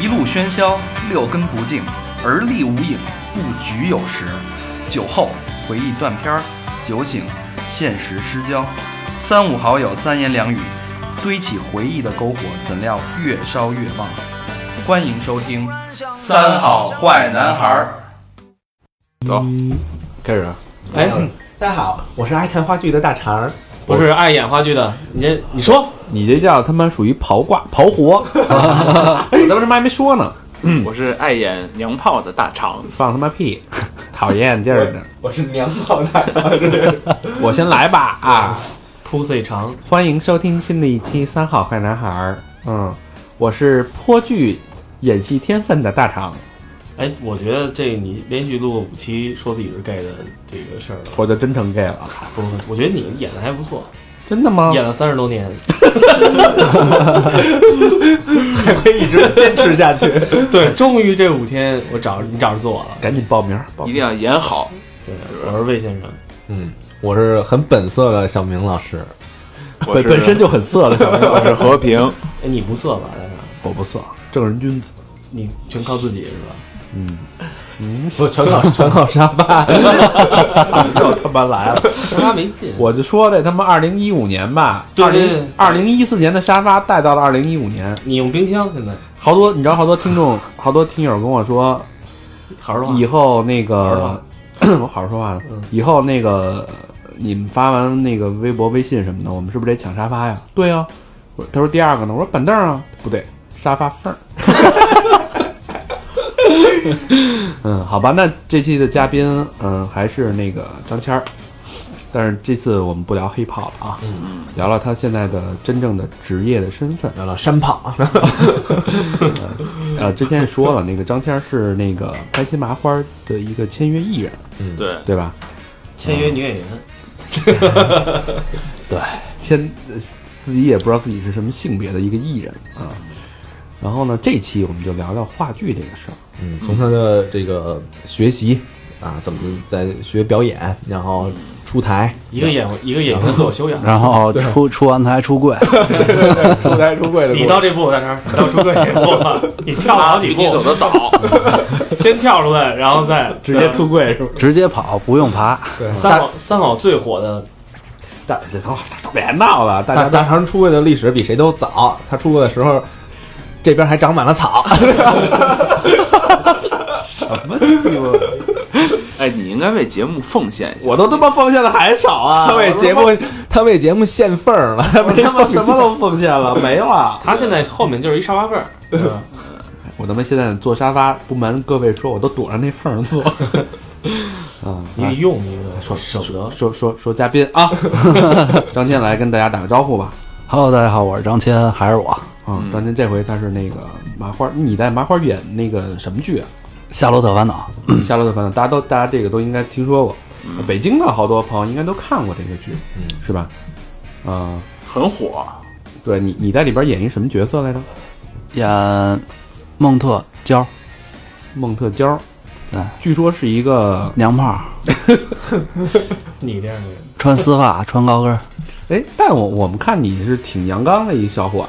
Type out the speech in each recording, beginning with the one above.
一路喧嚣，六根不净，而立无影，不局有时。酒后回忆断片儿，酒醒现实失焦。三五好友三言两语，堆起回忆的篝火，怎料越烧越旺。欢迎收听《三好坏男孩儿》。走，开始。啊哎，大家好，我是爱看话剧的大肠儿。不是爱演话剧的，你这你说，你这叫他妈属于刨挂刨活，我当时还没说呢，我是爱演娘炮的大肠，放他妈屁，讨厌劲儿的。我是娘炮大肠我先 来吧啊！铺碎长，欢迎收听新的一期《三好坏男孩》。儿》。嗯，我是颇具演戏天分的大肠，哎，我觉得这你连续录了五期说自己是 gay 的这个事儿了，我就真成 gay 了。不不，我觉得你演的还不错，真的吗？ 演了三十多年，还会一直坚持下去。 对，终于这五天我找你找着自我了， 赶紧报名，报一名。定要演好。对，我是魏先生，嗯，我是很本色的小明老师，我本是本身就很色的小朋友，我是 和平，哎，你不色吧？大家，我不色，正人君子。你全靠自己是吧？嗯，不全 靠全靠沙发，又他妈来了！啥没劲，我就说这他妈二零一五年吧，对二零二零一四年的沙发带到了二零一五年，你用冰箱现在，好多你知道，好多听众，好多听友跟我说，好好说以话，后那好好个说话 我好好说话呢嗯，以后那个你们发完那个微博、微信什么的，我们是不是得抢沙发呀？对呀、我他说第二个呢，我说板凳啊，不对，沙发缝儿。 嗯，好吧，那这期的嘉宾，嗯，还是那个张谦儿，但是这次我们不聊黑炮了啊，聊聊他现在的真正的职业的身份。完了山炮，呃，之前也说了，那个张天儿是那个开心麻花的一个签约艺人，对，对吧？签约女演员，签呃自己也不知道自己是什么性别的一个艺人啊。然后呢，这期我们就聊聊话剧这个事儿。嗯，从他的这个学习啊，怎么在学表演，然后出台，一个演一个演员自我修养，然后出出完台出柜，出台出柜的你故事到这步，大成，你到出柜这步，你跳了好几比步，你走得早， 先跳出来，然 后再直接出柜是吧？直接跑，不用爬。三好三好最火的，大家都别闹了，大大家大肠出柜的历史比谁都早，他出柜的时候，这边还长满了 草，啊哎，你应该为节目奉献一下。我都他妈奉献的还少啊！他为我节目他为节目献份儿了，他我他妈什么都奉献了，没 了。他现在后面就是一沙 发缝儿，我他妈现在坐沙发，不瞒各位说，我都躲着那缝儿坐。啊，你得用一个，说舍不得。说说说嘉宾啊， 张天来跟大家打个招呼吧。 Hello，大家好，我是张谦，还是我啊，嗯张天这回他是那个麻花，你在麻花演那个什么剧啊？ 《夏洛特烦恼《夏洛特烦恼》，大家都大家这个都应该听说过，北京的好多朋友应该都看过这个剧，嗯是吧？啊，很火，对你你在里边演一什么角色来着？》演孟特娇孟特娇，对，据说是一个，娘炮，你这样的人，穿丝袜，穿高跟儿，哎，但我我们看你是挺阳刚的一小伙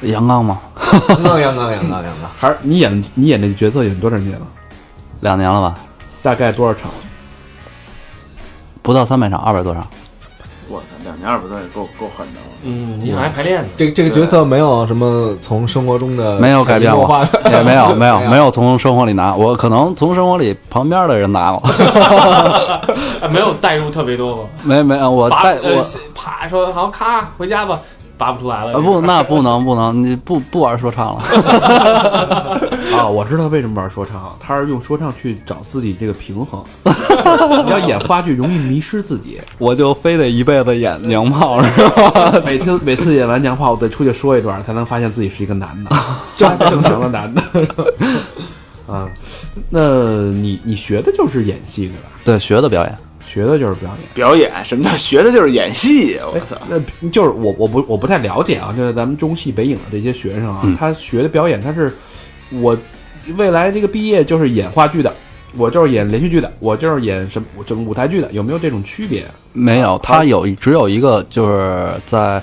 子，阳刚吗？阳刚阳刚阳刚阳刚，还是你演你演这个角色演多长时间了？两年了吧，大概多少场？不到三百场，二百多场。我操，两年二百多也够够狠的了。嗯，你好像还排练呢， 这这个角色没有什么从生活中的没有改变我潜移默化的 也没有，没有，没有没有从生活里拿，我可能从生活里旁边的人拿过，啊，没有带入特别多吧？没没，我拔带呃我啪说好咔回家吧，拔不出来了。呃不，那不能不能，你不不玩说唱了，啊，我知道为什么玩说唱，啊他是用说唱去找自己这个平衡。你要演话剧容易迷失自己， 我就非得一辈子演娘炮是吧？每次每次演完娘炮，我得出去说一段，才能发现自己是一个男的，正正常的男的。 啊，那你你学的就是演戏对吧？ 对，学的表演，学的就是表演。表演什么叫学的就是演戏，我操，哎那就是我我不我不太了解啊，就是咱们中戏北影的这些学生啊，嗯他学的表演，他是我未来这个毕业就是演话剧的，我就是演连续剧的，我就是演什么我什么啊舞台剧的，有没有这种区别？没有，他有一只有一个，就是在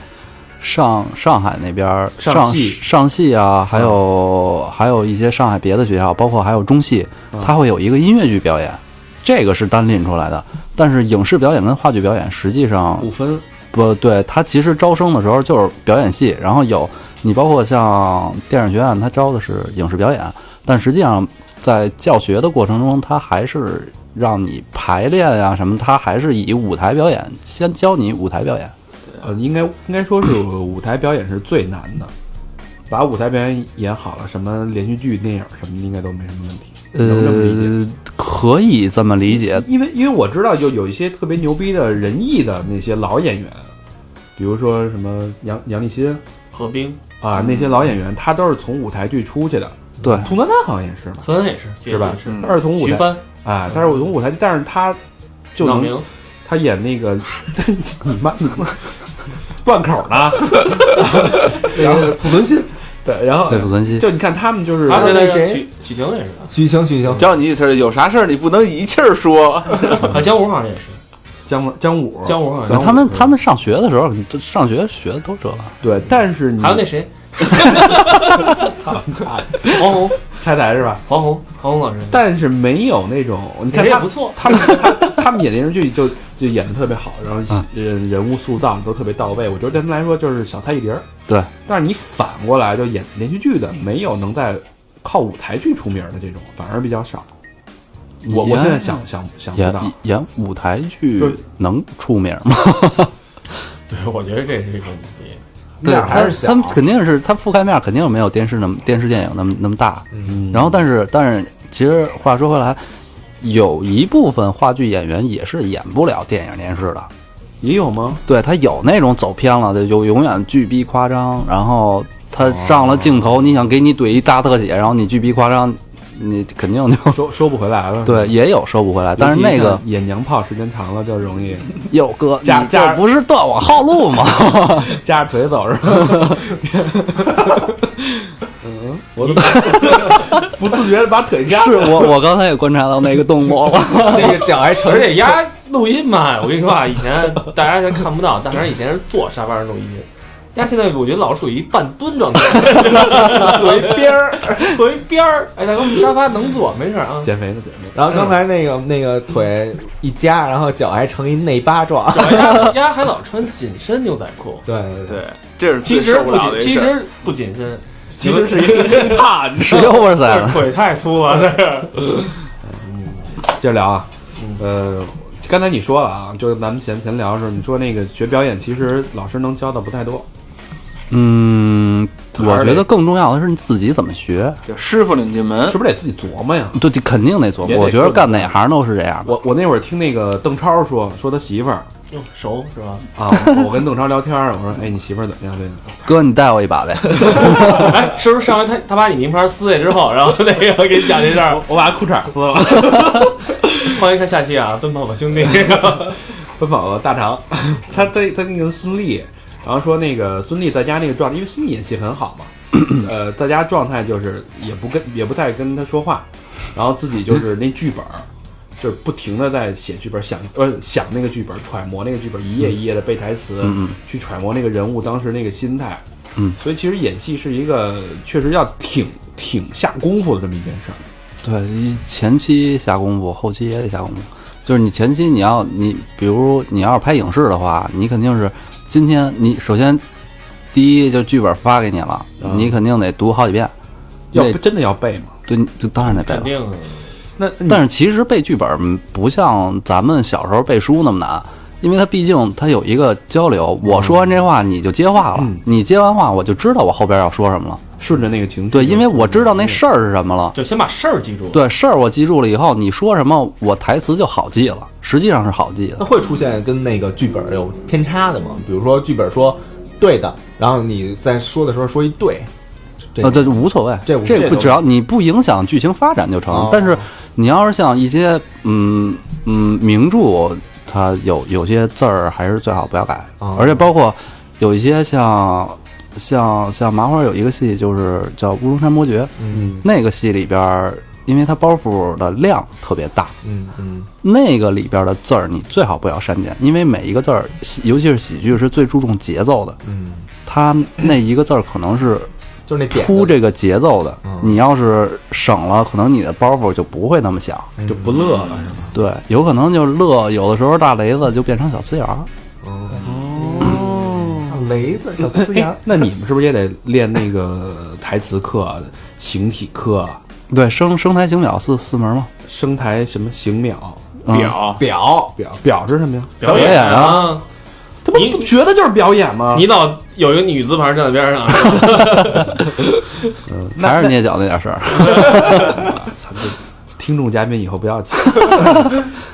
上上海那边儿上上戏啊上戏啊，还有、还有一些上海别的学校，包括还有中戏，它会有一个音乐剧表演，这个是单拎出来的。但是影视表演跟话剧表演实际上不分不对，它其实招生的时候就是表演系，然后有你包括像电影学院，它招的是影视表演，但实际上在教学的过程中，它还是让你排练啊什么，它还是以舞台表演先教你舞台表演。呃，应该应该 说是舞台表演是最难的，把舞台表演演好了，什么连续剧、电影什么的应该都没什么问题，能不能这么理解？呃，可以这么理解，因为因为我知道，就有一些特别牛逼的仁义的那些老演员，比如说什么杨杨立新何冰，啊，那些老演员，他都是从舞台剧出去的。对宋丹丹好像也是吧，孙也是是吧？嗯他是从舞徐台帆、啊，但是我从舞台剧，但是他就郎能明，他演那个你妈你妈断口呢，然后濮存昕、对，然后对濮存昕，就你看他们就是还有那那个谁许许晴也是许晴、许 晴，教你一次，有啥事儿你不能一气儿说。啊，江湖好像也是，姜姜啊武，江湖好像然后他们他们上学的时候，这上学学的都这，对，但是你还有 那谁， 嗯黄宏，拆台是吧？黄宏，黄宏老师，但是没有那种你那看谁也他不 错，他们他他们演电视剧就就演的特别好，然啊后呃人人物塑造都特别到位。我觉得对他们来说就是小菜一碟儿。对，但是你反过来就演连续剧的，没有能在靠舞台剧出名的这种，反而比较少。我我演现在想想想不演到，演舞台就剧是能出名吗？对，我觉得这是一个问题。面儿还是他小啊们。肯定是他覆盖面肯定没有电视那么电视电影那么那么大。嗯然后，但是但是，其实话说回来，有一部分话剧演员也是演不了电影电视的。也有吗？ 对他有那种走偏了的，就永远巨逼夸张，然后哦他上了镜头，你想给你怼一大特写，然后你巨逼夸张，你肯定 就收收不回来了。对，也有收不回来。但是那尤个其像演娘炮时间长了就容易哟哥，加你加这不是断我后路吗？ 夹着腿走是吧？ 嗯，我怎么 不自觉的把腿夹？是我我刚才也观察到那个动作 了。那个脚还而垂且压录音嘛，我跟你说啊，以前大家现在看不到，大肠以前是坐沙发上录音，家现在我觉得老是属于半蹲状态，坐一边儿。坐一边儿。哎，大哥，沙发能坐，没事儿啊。减肥的减肥。然后刚才那个那个腿一夹，然后脚还成一内八状。丫丫还老穿紧身牛仔裤，对对，对，这是其最实受不不了的紧，一其事儿。实不紧身，其实是一个 怕你是 oversize 了，腿太粗了。那是接着聊啊，呃，刚才你说了啊，就是咱们闲闲聊的时候，你说那个学表演，其实老师能教的不太多。 嗯，我还是觉得得更重要的是你自己怎么学，这师傅领进门是，不是得自己琢磨呀？对，肯定得琢也磨。得我觉得干哪行都是这样的。我我那会儿听那个邓超说说他媳妇儿哟熟是吧？ 啊，我跟邓超聊天儿，我说哎你媳妇儿怎么样？这个哥，你带我一 把呗。哎，是不是上回他他把你名牌撕下之后，然后那个给你讲这事儿？我把裤衩撕了， 欢迎看下期啊，《奔跑吧兄弟》奔跑吧大肠， 他他他那个孙俪，然后说那个孙俪在家那个状态，因为孙俪演戏很好嘛， 呃，在家状态就是也不跟也不太跟他说话，然后自己就是那剧本儿，就是不停的在写剧本，想呃想那个剧本，揣摩那个剧本，一页一页的背台词，嗯嗯去揣摩那个人物当时那个心态，嗯，所以其实演戏是一个确实要挺挺下功夫的这么一件事儿，对，你前期下功夫，后期也得下功夫。就是你前期你要你，比如你要是拍影视的话，你肯定是今天你首先第一就剧本发给你了，啊你肯定得读好几遍。要那真的要背嘛，对，就当然得背 肯了。定那但是其实背剧本嗯不像咱们小时候背书那么难，因为它毕竟它有一个交流。我说完这话你就接话了，嗯你接完话我就知道我后边要说什么了。顺着那个情绪，对，因为我知道那事儿是什么了。就先把事儿记嗯住。对事儿我记住了以后，你说什么我台词就好记了，实际上是好记的那。会出现跟那个剧本有偏差的吗？比如说剧本说对的，然后你在说的时候说一对，这啊，这就无所谓，这无这这不都只要你不影响剧情发展就成。哦但是你要是像一些嗯嗯名著，它有有些字儿还是最好不要改，哦而且包括有一些像像像麻花有一个戏就是叫《乌龙山伯爵》，嗯那个戏里边儿，因为它包袱的量特别大，嗯嗯，那个里边的字儿你最好不要删减，因为每一个字儿，喜尤其是喜剧是最注重节奏的。嗯，它那一个字儿可能是就是那点铺这个节奏的。你要是省了，可能你的包袱就不会那么响。就不乐了是吗？对，有可能就乐，有的时候大雷子就变成小呲牙儿。雷子小呲 牙，哎那你们是不是也得练那个台词课、形体课、对，声声台形表四四门嘛，声台什么形表？嗯、表表表表是什么呀？表演啊！他不你学的就是表演吗？你老有一个女字旁站在边上，啊还是捏脚那点事儿。听众嘉宾以后不要 请。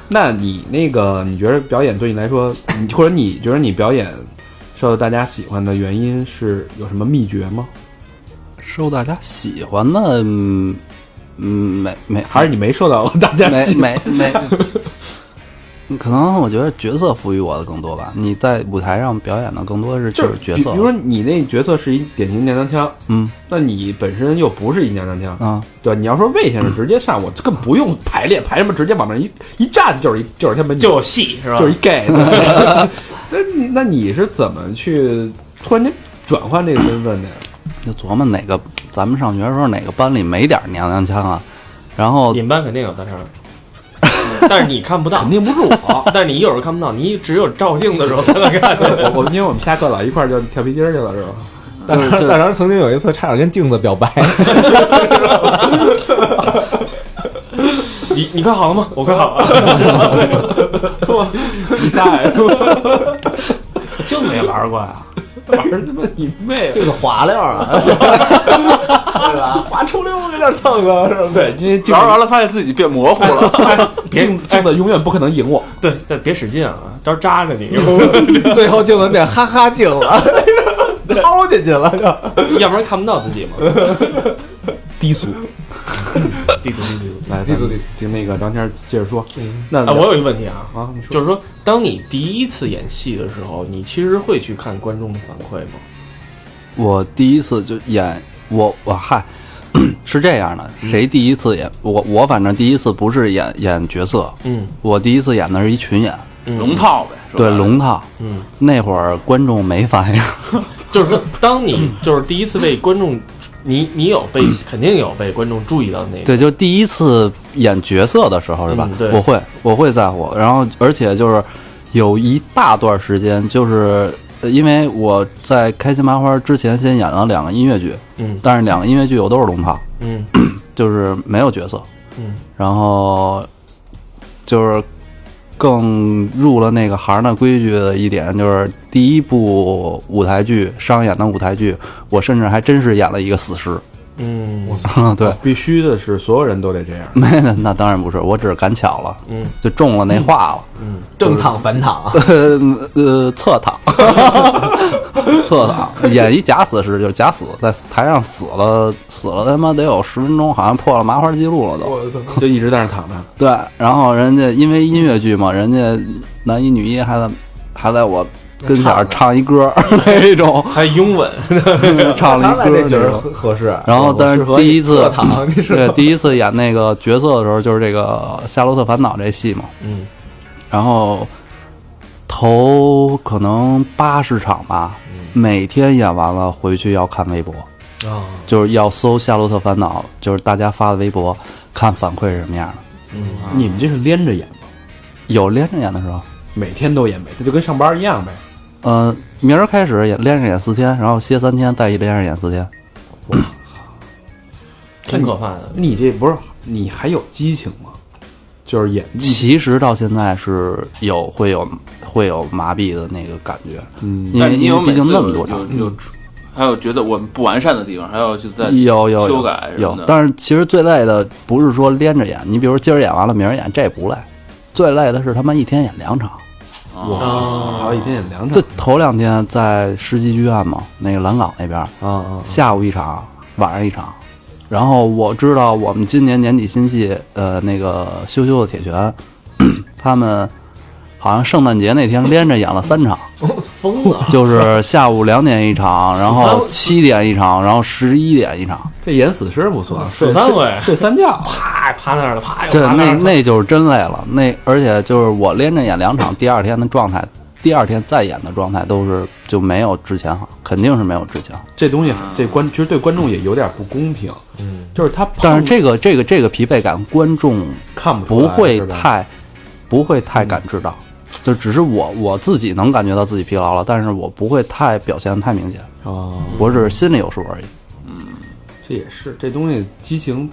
那你那个，你觉得表演对你来说，你或者你觉得你表演受到大家喜欢的原因是有什么秘诀吗？受大家喜欢的，嗯，嗯没没，还是你没受到大 家没喜欢？没没，可能我觉得角色赋予我的更多吧。你在舞台上表演的更多是就就是角比色比，如说你那角色是一典型娘娘腔，嗯那你本身又不是一娘娘腔，啊，对吧？你要说魏先生直接上，我根本不用排练，排什么，直接往那一一站就是一就是他们就有戏是吧？就是一 gay。对那你那你是怎么去突然间转换这个身份的呀？就琢磨哪个咱们上学的时候哪个班里没点娘娘腔啊，然后你们班肯定有大肠，但是你看 不到肯，定不是我，但是你有时候看不到，你只有照镜子的时候才能看见。我我因为我们下课老一块儿就跳皮筋儿去了，是吧？大就是肠大就肠曾经有一次差点跟镜子表白，你你快好了吗？我快好了，你仨人 就没玩过呀。玩儿他妈你妹！ 这个滑溜啊， 对吧？滑出溜有点蹭啊，是吧？对，因为镜玩完了发现自己变模糊了，镜哎镜子永远不可能赢我。对，但别使劲啊，招扎着你， 最后镜子变哈哈镜了， 凹进去了 就。要不然看不到自己嘛。 低 俗，地主地主。来，低俗低就那个张谦儿接着说，那啊，我有一个问题啊，啊，你说就是说，当你第一次演戏的时候，你其实会去看观众的反馈吗？我第一次就演我我嗨。是这样的，嗯谁第一次演我？我反正第一次不是演演角色，嗯，我第一次演的是一群演，龙，套呗，是吧对龙套。嗯，那会儿观众没反应，就是说，当 你就是第一次被观众，你你有被肯定有被观众注意到那个，对，就第一次演角色的时候是吧？嗯对我会我会在乎，然后而且就是有一大段时间，就是呃因为我在开心麻花之前先演了两个音乐剧，嗯但是两个音乐剧我都是龙套，嗯就是没有角色，嗯，然后就是更入了那个行的规矩的一点，就是第一部舞台剧商演的舞台剧，我甚至还真是演了一个死尸， 嗯，对。必须的是所有人都得这样。没，那 那当然不是，我只是赶巧了，嗯，就中了那话了， 正躺反躺，呃呃，侧躺， 侧躺，演一假死尸，就是假死，在台上死了，死了他妈得有十分钟，好像破了麻花记录了都。就一直在那儿躺 啊着，对，然后人家因为音乐剧嘛，人家男一女一还在还在我跟前儿唱一歌儿 那种，还有英文，唱了他来一歌这儿角那儿种。合合适。然后，我但适是合第一你侧次 躺，你知对道吗？第一次演那个角色的时候，就是这个《夏洛特烦恼》这戏嘛，嗯然后头可能八十场吧，嗯每天演完了回去要看微博，啊，就是要搜《夏洛特烦恼》，就是大家发的微博，看反馈是什么样的。嗯啊你们这是连着演吗？有连着演的时候，每天都演呗，这就跟上班一样呗。呃，明儿开始演连着演四天，然后歇三天，再一连着演四天。挺可怕的。你这不是你还有激情吗？就是演嗯技，其实到现在是有会有会有麻痹的那个感觉，嗯，因但为是你因有为每毕次竟有那么多场。有有还有觉得我们不完善的地方，还有就在有有修改什有么的，但是其实最累的不是说连着演，你比如今儿演完了，明儿演，这不累，最累的是他妈一天演两场。我啊操，好几天演两这场头两天在世纪剧院嘛，那个蓝港那边，啊嗯啊！下午一场，晚上一场。然后我知道我们今年年底新戏，呃，那个《羞羞的铁拳》， 他们好像圣诞节那天连着演了三场，疯子啊，就是下午两点一场，然后13七点一场，然后十一点一场。这演死尸不错，嗯死三啊回，睡三觉，啪哎趴那儿了，啪又这趴那儿了，那就是真累了，那而且就是我连着演两场，第二天的状态第二天再演的状态都是就没有之前好，肯定是没有之前好。这东西啊这观其实对观众也有点不公平，嗯，就是他碰，但是这个这个这个疲惫感，观众看不出不来会是吧嗯太不会太感知到，就只是我我自己能感觉到自己疲劳了，但是我不会太表现得太明显，哦啊，我只是心里有数而已。这也是这东西激情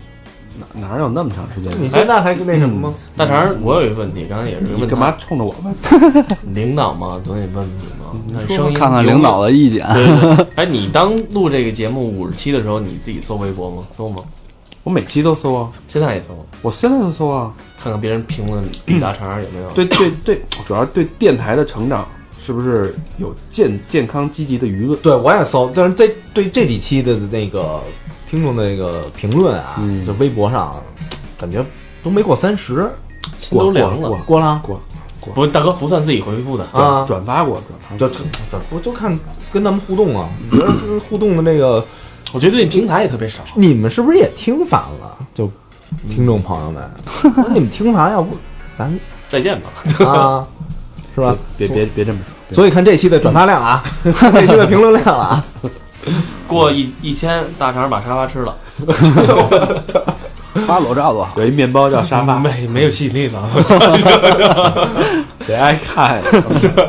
哪哪有那么长时间？你现在还那什么嗯吗？大肠，嗯我有一个问题，刚才也是问你他干嘛冲着我问？领导嘛，总得问你嘛。那声音看看领导的。的意见，对对 对，哎，你当录这个节目五十期的时候，你自己搜微博吗？搜吗？我每期都搜啊，现在也搜，我现在就搜啊。看看别人评论李大肠有没有。对对对，主要是对电台的成长是不是有健健康积极的舆论？对，我也搜，但是这对这几期的那个听众的那个评论啊，嗯就微博上，感觉都没过三十，心都凉了。过了过不，大哥不算自己回复的，啊，转发过，转发就过。就不就看跟咱们互动啊，觉得跟互动的那个，我觉得最近平台也特别少。你们是不是也听烦了？就听众朋友们， 那你们听烦，要不咱再见吧。嗯啊，是吧？别别别这么说，所以看这期的转发 量啊，这期的评论量啊，过一一千，大肠把沙发 吃了，发裸照多好。有一面包叫沙发， 没没有吸引力了。谁爱 看呀？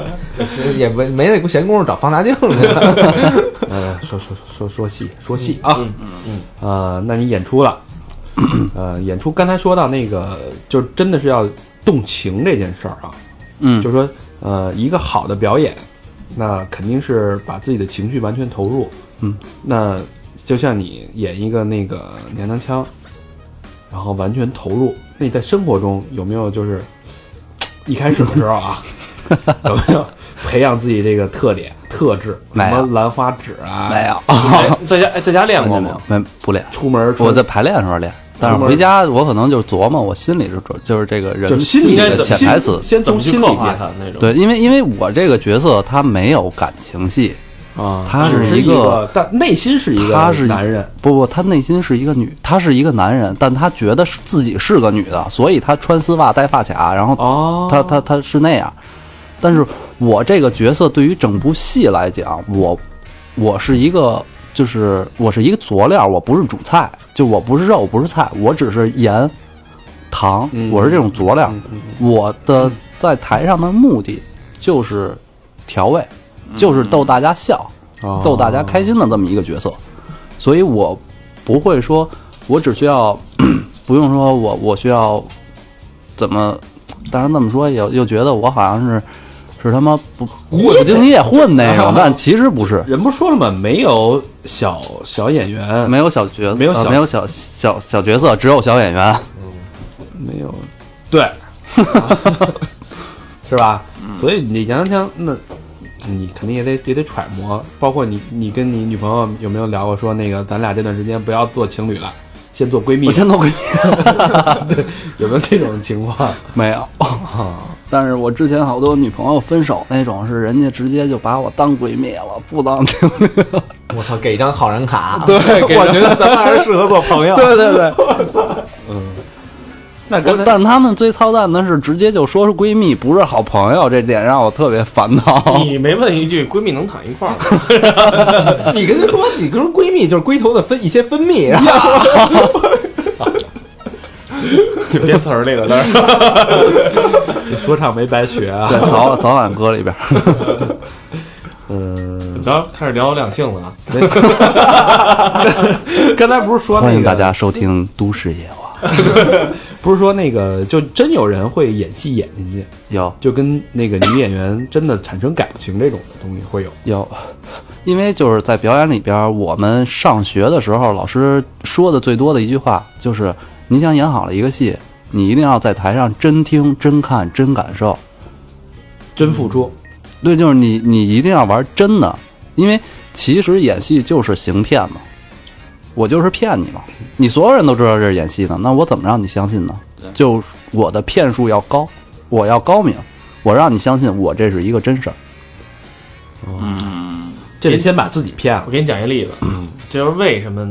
也没没那闲工夫找放大镜去。 呃，说说说说说戏，说戏啊，嗯呃，那你演出 了，呃，演出刚才说到那个，就真的是要动情这件事儿啊，嗯，就是说，呃，一个好的表演，那肯定是把自己的情绪完全投入，嗯，那就像你演一个那个娘娘腔，然后完全投入，那你在生活中有没有就是一开始的时候 啊，有没有培养自己这个特点特质，没什有么兰花指啊，没有，哎在家哎在家练 没过有吗？没有不练。出门我穿在排练的时候练，但是出门回家我可能就是琢磨，我心里是准，就是这个人就是心里应该的怎潜台词。先怎从么去心刻里画边它那种？，对，因为因为我这个角色他没有感情戏，啊，他只是是一个个，但内心是一个他是一男人，不不，他内心是一个女，他是一个男人，但他觉得是自己是个女的，所以他穿丝袜戴发卡，然后哦他他他是那样。但是我这个角色对于整部戏来讲，我我是一个就是我是一个佐料，我不是主菜，就我不是肉，不是菜，我只是盐、糖，嗯我是这种佐料。嗯嗯我的在台上的目的就是调味，就是逗大家笑。哦逗大家开心的这么一个角色，所以我不会说，我只需要不用说我我需要怎么，当然那么说又又觉得我好像是是他妈不不敬业混 那种，但其实不是，人不说了吗？没有小小演员，没有小角没有小呃没有小小小角色，只有小演员，没有，对， 是吧？嗯所以你杨洋那，你肯定也得也得揣摩，包括你你跟你女朋友有没有聊过说那个咱俩这段时间不要做情侣了，先做闺蜜我，现在会 有没有这种情况？ 没有。啊但是我之前好多女朋友分手那种，是人家直接就把我当闺蜜了，不当 情侣。我操，给一张好人卡，对，我觉得咱们还是适合做朋友。 对对 对，那刚才但他们最操蛋的是直接就说是闺蜜，不是好朋友，这点让我特别烦嗯恼。你没问一句闺蜜能躺一块儿吗？你跟他说，你跟说闺蜜就是龟头的分一些分 泌，然后就编词儿那个，但是说唱没白学啊，对， 早早晚歌里边，嗯然后开始聊两性了啊。刚才不是说 欢那迎大个，家收听《都市夜话》。不是说那个，就真有人会演戏演进去，有就跟那个女演员真的产生感情这种的东西会有。有，因为就是在表演里边，我们上学的时候，老师说的最多的一句话就是：你想演好了一个戏，你一定要在台上真听、真看、真感受。真付出，嗯对，就是你你一定要玩真的，因为其实演戏就是行骗嘛，我就是骗你嘛，你所有人都知道这是演戏呢，那我怎么让你相信呢？就我的骗术要高，我要高明，我让你相信我这是一个真事儿。嗯，这得先把自己骗了我。给你讲一例子，嗯这就是为什么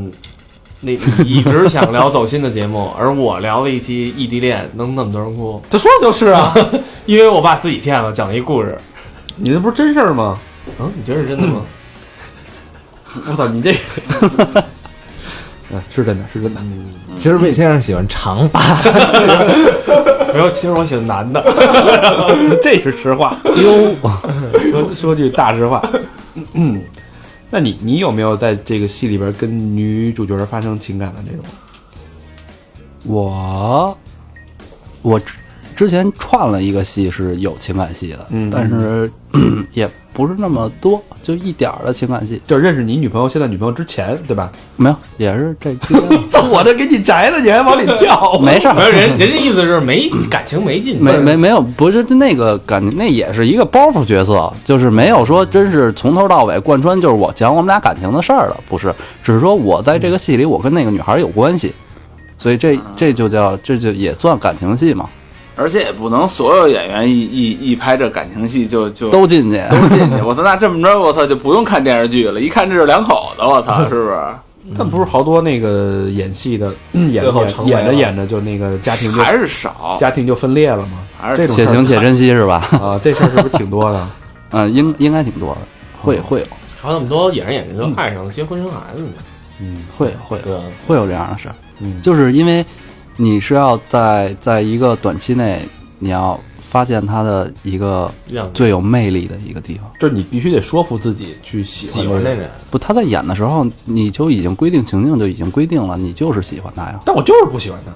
那你一直想聊走心的节目，而我聊了一期异地恋能那么多人哭，他说的就是啊， 因为我把自己骗了，讲了一故事。你那不是真事儿吗？嗯，你觉得是真的 吗？我操，你这，嗯，是真的，是真的。其实魏先生喜欢长 发，没有，其实我喜欢 男的。这是实话。哟，说说句大实话，嗯，那你你有没有在这个戏里边跟女主角发生情感的这种？我我之之前串了一个戏是有情感戏的，嗯但是、 也不是那么多，就一点儿的情感戏就是认识你女朋友，现在女朋友之前，对吧？没有，也是这期间操，我这给你摘了，你还往里 跳没事 儿没有人，人家意思是没感情没进去，没没没有，不是那个感觉，那也是一个包袱角色，就是没有说真是从头到尾贯穿，就是我讲我们俩感情的事儿了，不是，只是说我在这个戏里，我跟那个女孩有关系，所以这这就叫这就也算感情戏嘛，而且也不能所有演员一一一拍这感情戏就嗯就都进去。都进去。我操，那这么着，我操就不用看电视剧了，一看这是两口子，我操，是不是？但不是好多那个演戏的，嗯演最后演成为演着了演着就那个家庭就还是少，家庭就分裂了吗？还这是种且事儿行且看珍惜是 吧？啊，这事儿是不是挺多的？嗯，应应该挺多的，会嗯会有，还有那么多演着演着就爱上了，结婚生孩子呢。嗯，会有会有。对吧，会有这样的事儿，嗯就是因为你是要在在一个短期内，你要发现他的一个这样最有魅力的一个地方。就是你必须得说服自己去喜欢喜欢这个那人。人。不，他在演的时候，你就已经规定情境就已经规定了，你就是喜欢他呀。但我就是不喜欢 他，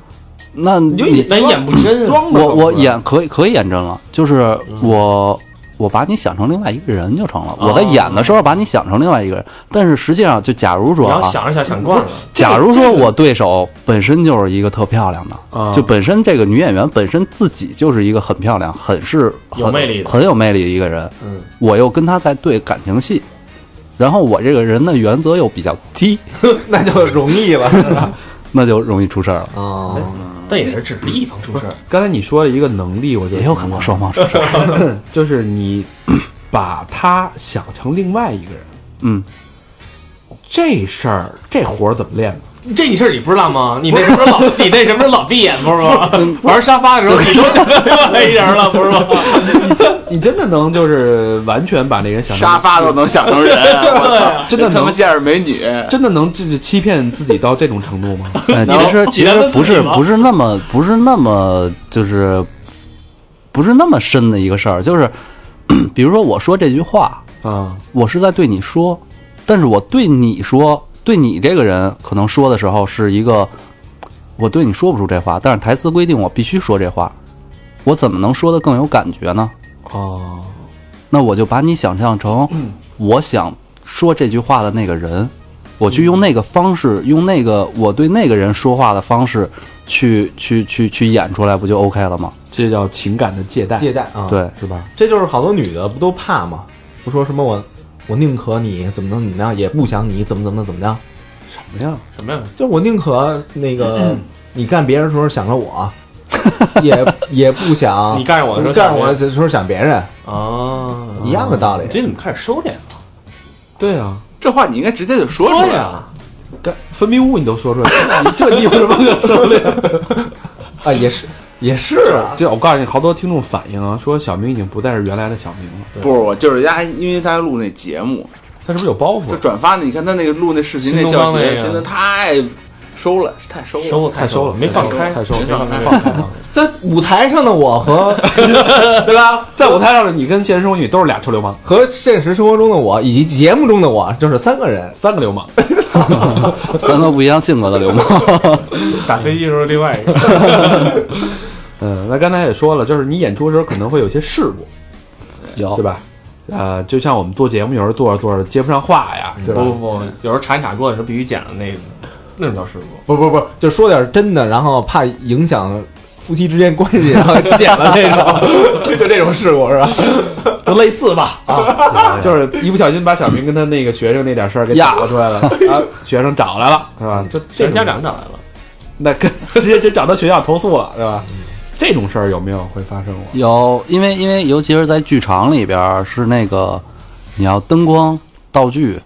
那你就演，但演不嗯真啊。装着我我装着演可以可以演真了，就是我我把你想成另外一个人就成了。哦我在演的时候把你想成另外一个人，但是实际上就假如说然啊后，想着想想惯了，假如说我对手本身就是一个特漂亮的，哦啊，就本身这个女演员本身自己就是一个很漂亮、很是很有魅力的很有魅力的一个人。嗯，我又跟她在对感情戏，然后我这个人的原则又比较低，那就容易了，是吧？那就容易出事儿了。啊哦，但也是只是一方出事儿。 刚才你说了一个能力，我觉得也有可能双方出 事儿。就是你 把他想成另外一个人，嗯，这事儿这活儿怎么练的？这你事儿你不知道吗？你那什么老，你那什么老闭嗯眼不是吗？玩沙发的时候你都 想另外一人了不是吗？ 你真的能就是完全把那人想成沙发都能想成人，我操，真的他妈能见着美女，真的能就是欺骗自己到这种程度吗？呃其实其然实后不你是来问自己吗不是那么不是那么就是不是那么深的一个事儿，就是比如说我说这句话，啊，我是在对你说，但是我对你说，对你这个人可能说的时候是一个，我对你说不出这话，但是台词规定我必须说这话，我怎么能说的更有感觉呢？ 哦，那我就把你想象成我想说这句话的那个人，我去用那个方式，用那个我对那个人说话的方式去去去去演出来，不就 OK 了吗？这叫情感的借贷，借贷啊，，对，是吧？这就是好多女的不都怕吗？不说什么我我宁可你怎么怎么怎么样，也不想你怎么怎么怎么样，没有，什么呀？就我宁可那个你干别人的时候想着我，也也不想你干上我的时候你干我的时候想别人，啊，一样的道理你。这怎么开始收敛了？对啊，这话你应该直接就说出来。呀，干分泌物你都说出来了，你这你有什么可说的？啊，也是也是啊， 对，我告诉你，好多听众反映啊，说小明已经不再是原来的小明了，不是，我就是丫，因为他录那节目，他是不是有包就袱？啊转发的，你看他那个录那视频新那东教方学，那个现在太收了，太收了。收太收收了没放开，太收了没放开，放开在舞台上的我和对吧，在舞台上的你跟现实生活你都是俩臭流氓，和现实生活中的我以及节目中的我，就是三个人。三个流氓。三个不一样性格的流氓。 打飞机的时候另外一个，嗯，那刚才也说了，就是你演出的时候可能会有些事故，有对吧？呃，就像我们做节目，有时候做着做着接不上话呀，对不吧？不不，有时候查一查过的时候必须剪了那个，那种叫事故。不不不，就说点真的，然后怕影响夫妻之间关系，然后剪了那种， 就这种事故是吧？就类似吧， 啊，就是一不小心把小明跟他那个学生那点事儿给找出来了，啊，学生找来了，对吧？就这学种生家长找来了，那跟 直接就找到学校投诉了，对吧？这种事儿有没有会发生过？有，因为因为尤其是在剧场里边儿是那个，你要灯光、道具，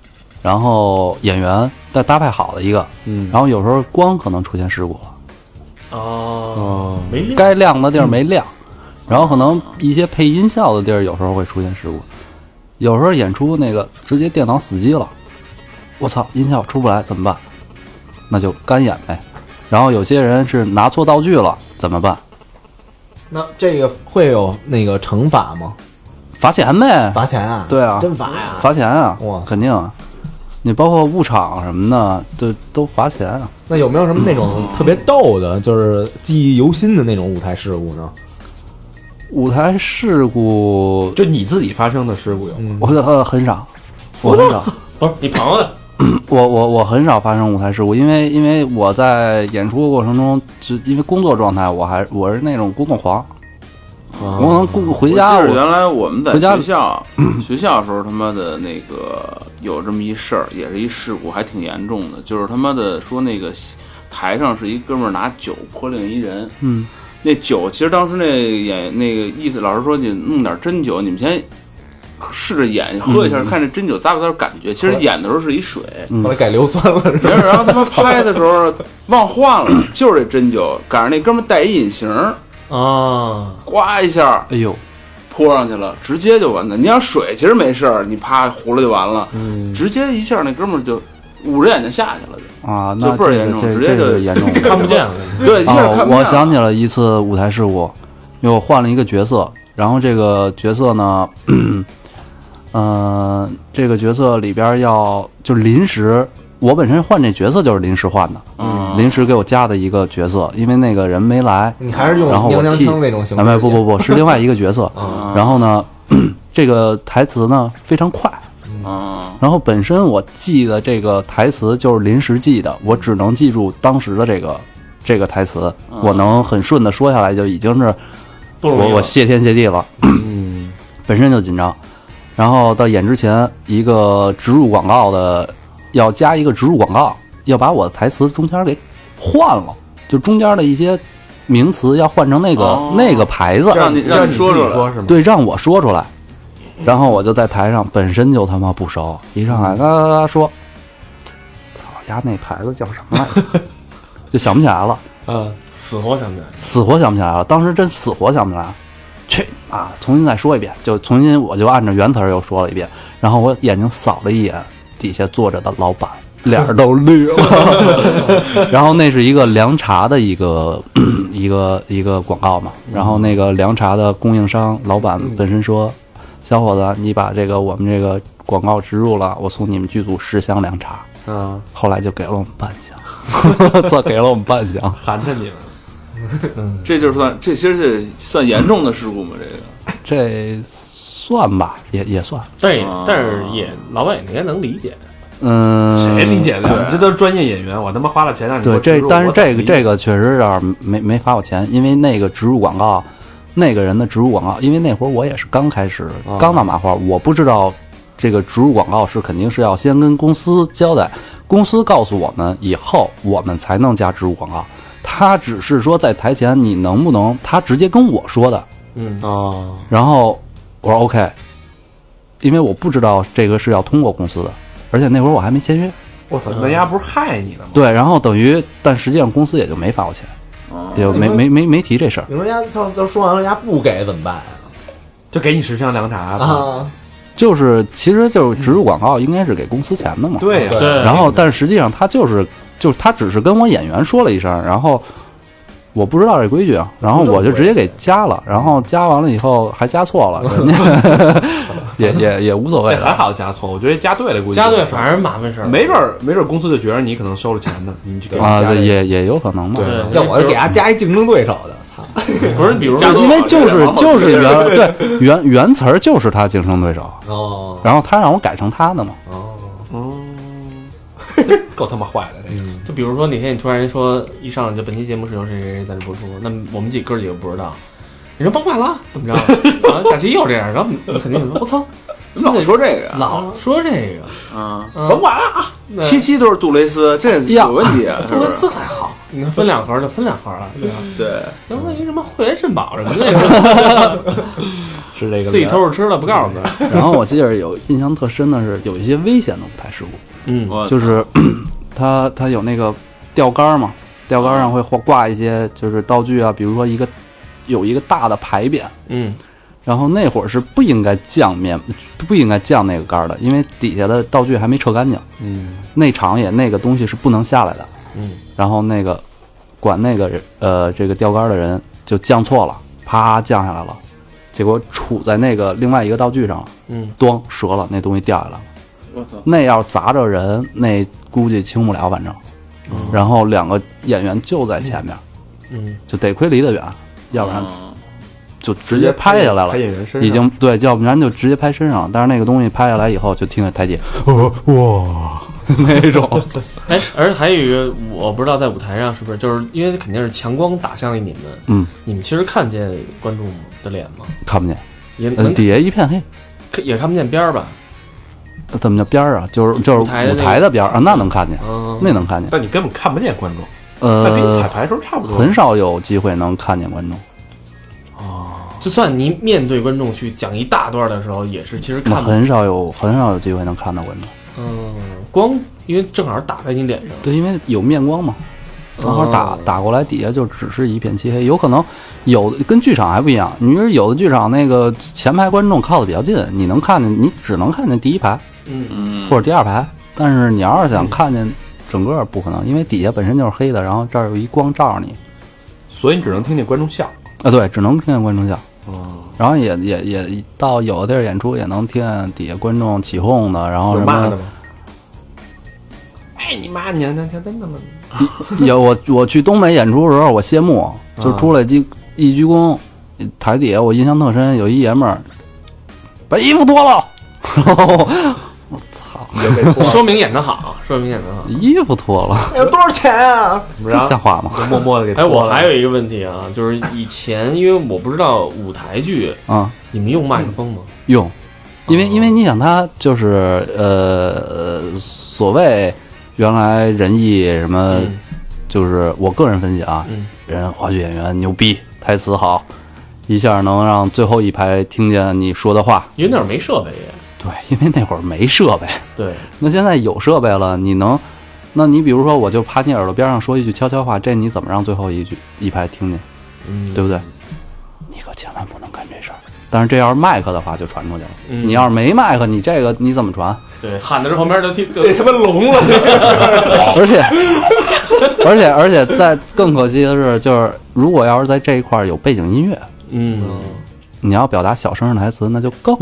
然后演员再搭配好的一个，嗯，然后有时候光可能出现事故了，哦哦，没亮，该亮的地儿没亮，然后可能一些配音效的地儿有时候会出现事故，有时候演出那个直接电脑死机了，我操，音效出不来怎么办？那就干演呗。然后有些人是拿错道具了怎么办？那这个会有那个惩罚吗？罚 钱呗，罚钱啊？对啊真罚呀、罚钱啊哇，肯定啊。你包括误场什么的，都都罚钱啊。那有没有什么那种特别逗的，就是记忆犹新的那种舞台事故呢？舞台事故，就你自己发生的事故有吗？我呃很少，我很少，不是你朋友的，我我我很少发生舞台事故，因为因为我在演出的过程中，就因为工作状态，我还我是那种工作狂，我可能工回家啊我记得嗯我原来我们在回家学校学校的时候，他妈的那个有这么一事儿，也是一事故，还挺严重的。就是他妈的说那个台上是一哥们儿拿酒泼另一人，嗯，那酒其实当时那演那个意思，老师说你弄点真酒，你们先试着演喝一下，看这真酒搭不搭感觉。其实演的时候是一水，后来改硫酸了是吧？然后他妈拍的时候忘换了，就是这真酒，赶上那哥们儿戴一隐形儿，啊， 呱一下。哎呦，泼上去了，直接就完蛋。你要水其实没事儿，你啪糊了就完了，直接一下那哥们儿就捂着眼睛下去了就。啊，就那倍儿这严个重这直接这就个严重看不见了， 对，一下哦看，不我见想起了一次舞台事故，因为我换了一个角色，然后这个角色呢，呃，这个角色里边要就临时，我本身换这角色就是临时换的，嗯临时给我加的一个角色，因为那个人没来，你还是用然后我娘娘替腔那种形啊，式？没不不不，是另外一个角 色。啊啊然后呢， 这个台词呢非常快，嗯，然后本身我记的这个台词就是临时记的，我只能记住当时的这个这个台词，我能很顺的说下来，就已经是嗯不容我易我了。嗯谢天谢地了。 本身就紧张，然后到演之前，一个植入广告的要加一个植入广告，要把我的台词中间给换了，就中间的一些名词要换成那个、哦那个牌子，让你这让你你自己说出来，是吗？嗯对，让我说出来。然后我就在台上，本身就他妈不熟，一上来哒哒哒说，操丫那牌子叫什么来 着？就想不起来了，啊嗯，死活想不起来，死活想不起来了。啊当时真死活想不起来，去啊，重新再说一遍，就重新我就按照原词儿又说了一遍。然后我眼睛扫了一眼底下坐着的老板，脸儿都绿了。然后那是一个凉茶的一个一个一个广告嘛，然后那个凉茶的供应商老板本身说：“小伙子，你把这个我们这个广告植入了，我送你们剧组十箱凉茶。”啊，后来就给了我们半箱，算给了我们半箱。寒碜你们。这就算这其实是算严重的事故吗？这个这算吧，也也算。但是也啊但是也，老板也应该能理解。嗯，谁理解得了？这都是专业演员，我他妈花了钱让你给对我植这入，但是我怎么这个理解这个确实有点没没罚我钱，因为那个植入广告，那个人的植入广告，因为那会儿我也是刚开始，啊刚到麻花，我不知道这个植入广告是肯定是要先跟公司交代，公司告诉我们以后，我们才能加植入广告。他只是说在台前你能不能，他直接跟我说的，啊嗯，哦，然后我说 OK，因为我不知道这个是要通过公司的，而且那会儿我还没签约。我操，那丫不是害你的吗？对，然后等于，但实际上公司也就没罚我钱，哦也就没没没没提这事儿。你说人家到到说完了，人家不给怎么办就给你十箱凉茶啊？，啊，就是其实就是植入广告应该是给公司钱的嘛。。对啊呀，对然后，但是实际上他就是就是他只是跟我演员说了一声，然后我不知道这规矩，啊，然后我就直接给加了，然后加完了以后还加错了，人家也也也无所谓这还了。好加错，我觉得加对了，估计加对反正麻烦事儿。没准儿没准儿公司就觉得你可能收了钱呢，你就给啊，加对这个也也有可能嘛。对，要我就给他加一竞争对手的，操！不是，比 如加说多因为就是好就是原对原原词儿就是他竞争对手，哦然后他让我改成他的嘛。哦，够他妈坏的，这个就比如说哪天你突然说一上来就本期节目是由谁谁谁在这播出，那么我们几哥几个不知道，你说甭管了，怎么着？啊，下期又这样，然后我们肯定说我操，老说这个嗯老说这个，啊，甭管了啊七七都是杜蕾斯，这呀有问题啊，是 杜不蕾是？斯还好，你分两盒就分两盒了，对吧？嗯对，要不一什么会员肾宝什么的，是这个自己偷着吃了不告诉他。然后我记得有印象特深的是有一些危险的舞台事故，嗯我就是 它它有那个吊杆儿嘛，吊杆儿上会挂挂一些就是道具啊，比如说一个有一个大的牌匾，嗯，然后那会儿是不应该降面，不应该降那个杆儿的，因为底下的道具还没撤干净。嗯，那场也那个东西是不能下来的。嗯，然后那个管那个人呃这个钓竿的人就降错了，啪降下来了，结果杵在那个另外一个道具上了，嗯，咣折了，那东西掉下来了。我操，那要砸着人，那估计轻不了，反正。然后两个演员就在前面，嗯，就得亏离得远，要不然嗯就直接拍下来了拍。演员身上已经对，要不然就直接拍身上了。但是那个东西拍下来以后，就听见台阶，哇， 那种，哎，而且还有一个，我不知道在舞台上是不是，就是因为肯定是强光打向了你们，嗯，你们其实看见观众的脸吗？看不见，也呃能底下一片黑，看也看不见边儿吧？怎么叫边儿啊？就是就是舞台的那舞个台的边儿啊，那能看见，嗯，那能看见。但你根本看不见观众，那跟你彩呃，排时候差不多。很少有机会能看见观众，就算您面对观众去讲一大段的时候，也是其实那看不很少有很少有机会能看到观众。嗯，光因为正好打在你脸上，对，因为有面光嘛，正好打、哦打过来，底下就只是一片漆黑。有可能有的跟剧场还不一样，你说有的剧场那个前排观众靠的比较近，你能看见，你只能看见第一排嗯，嗯，或者第二排。但是你要是想看见整个，不可能，因为底下本身就是黑的，然后这儿有一光照着你，所以你只能听见观众笑。啊，对，只能听见观众笑。哦，然后也也也到有的地儿演出也能听见底下观众起哄的，然后有什骂的么吗？哎，你妈娘娘娘真的吗？ 有我我去东北演出的时候，我谢幕就出来鞠一鞠躬，台底下我印象特深，有一爷们儿把衣服脱了，然后我我操，说明演得好，说明演得好。衣服脱了，有多少钱啊？这像话吗？就默默的 给哎，脱我了还有一个问题啊，就是以前因为我不知道舞台剧，啊，你们用麦克风吗？用，哦因为因为你想他就是呃呃所谓原来仁义什么，嗯就是我个人分析啊，嗯人话剧演员牛逼，台词好，一下能让最后一排听见你说的话。因为那会儿没设备也，对，因为那会儿没设 备，对，那现在有设备了，你能，那你比如说，我就趴你耳朵边上说一句悄悄话，这你怎么让最后一句一排听见，嗯，对不对？你可千万不能干这事儿。但是这要是麦克的话，就传出去了。嗯你要是没麦克，你这个你怎么传？对，喊的时候旁边就 听，就被他妈聋了。而且，而且，而且，在更可惜的是，就是如果要是在这一块儿有背景音乐， 嗯，你要表达小声的台词，那就更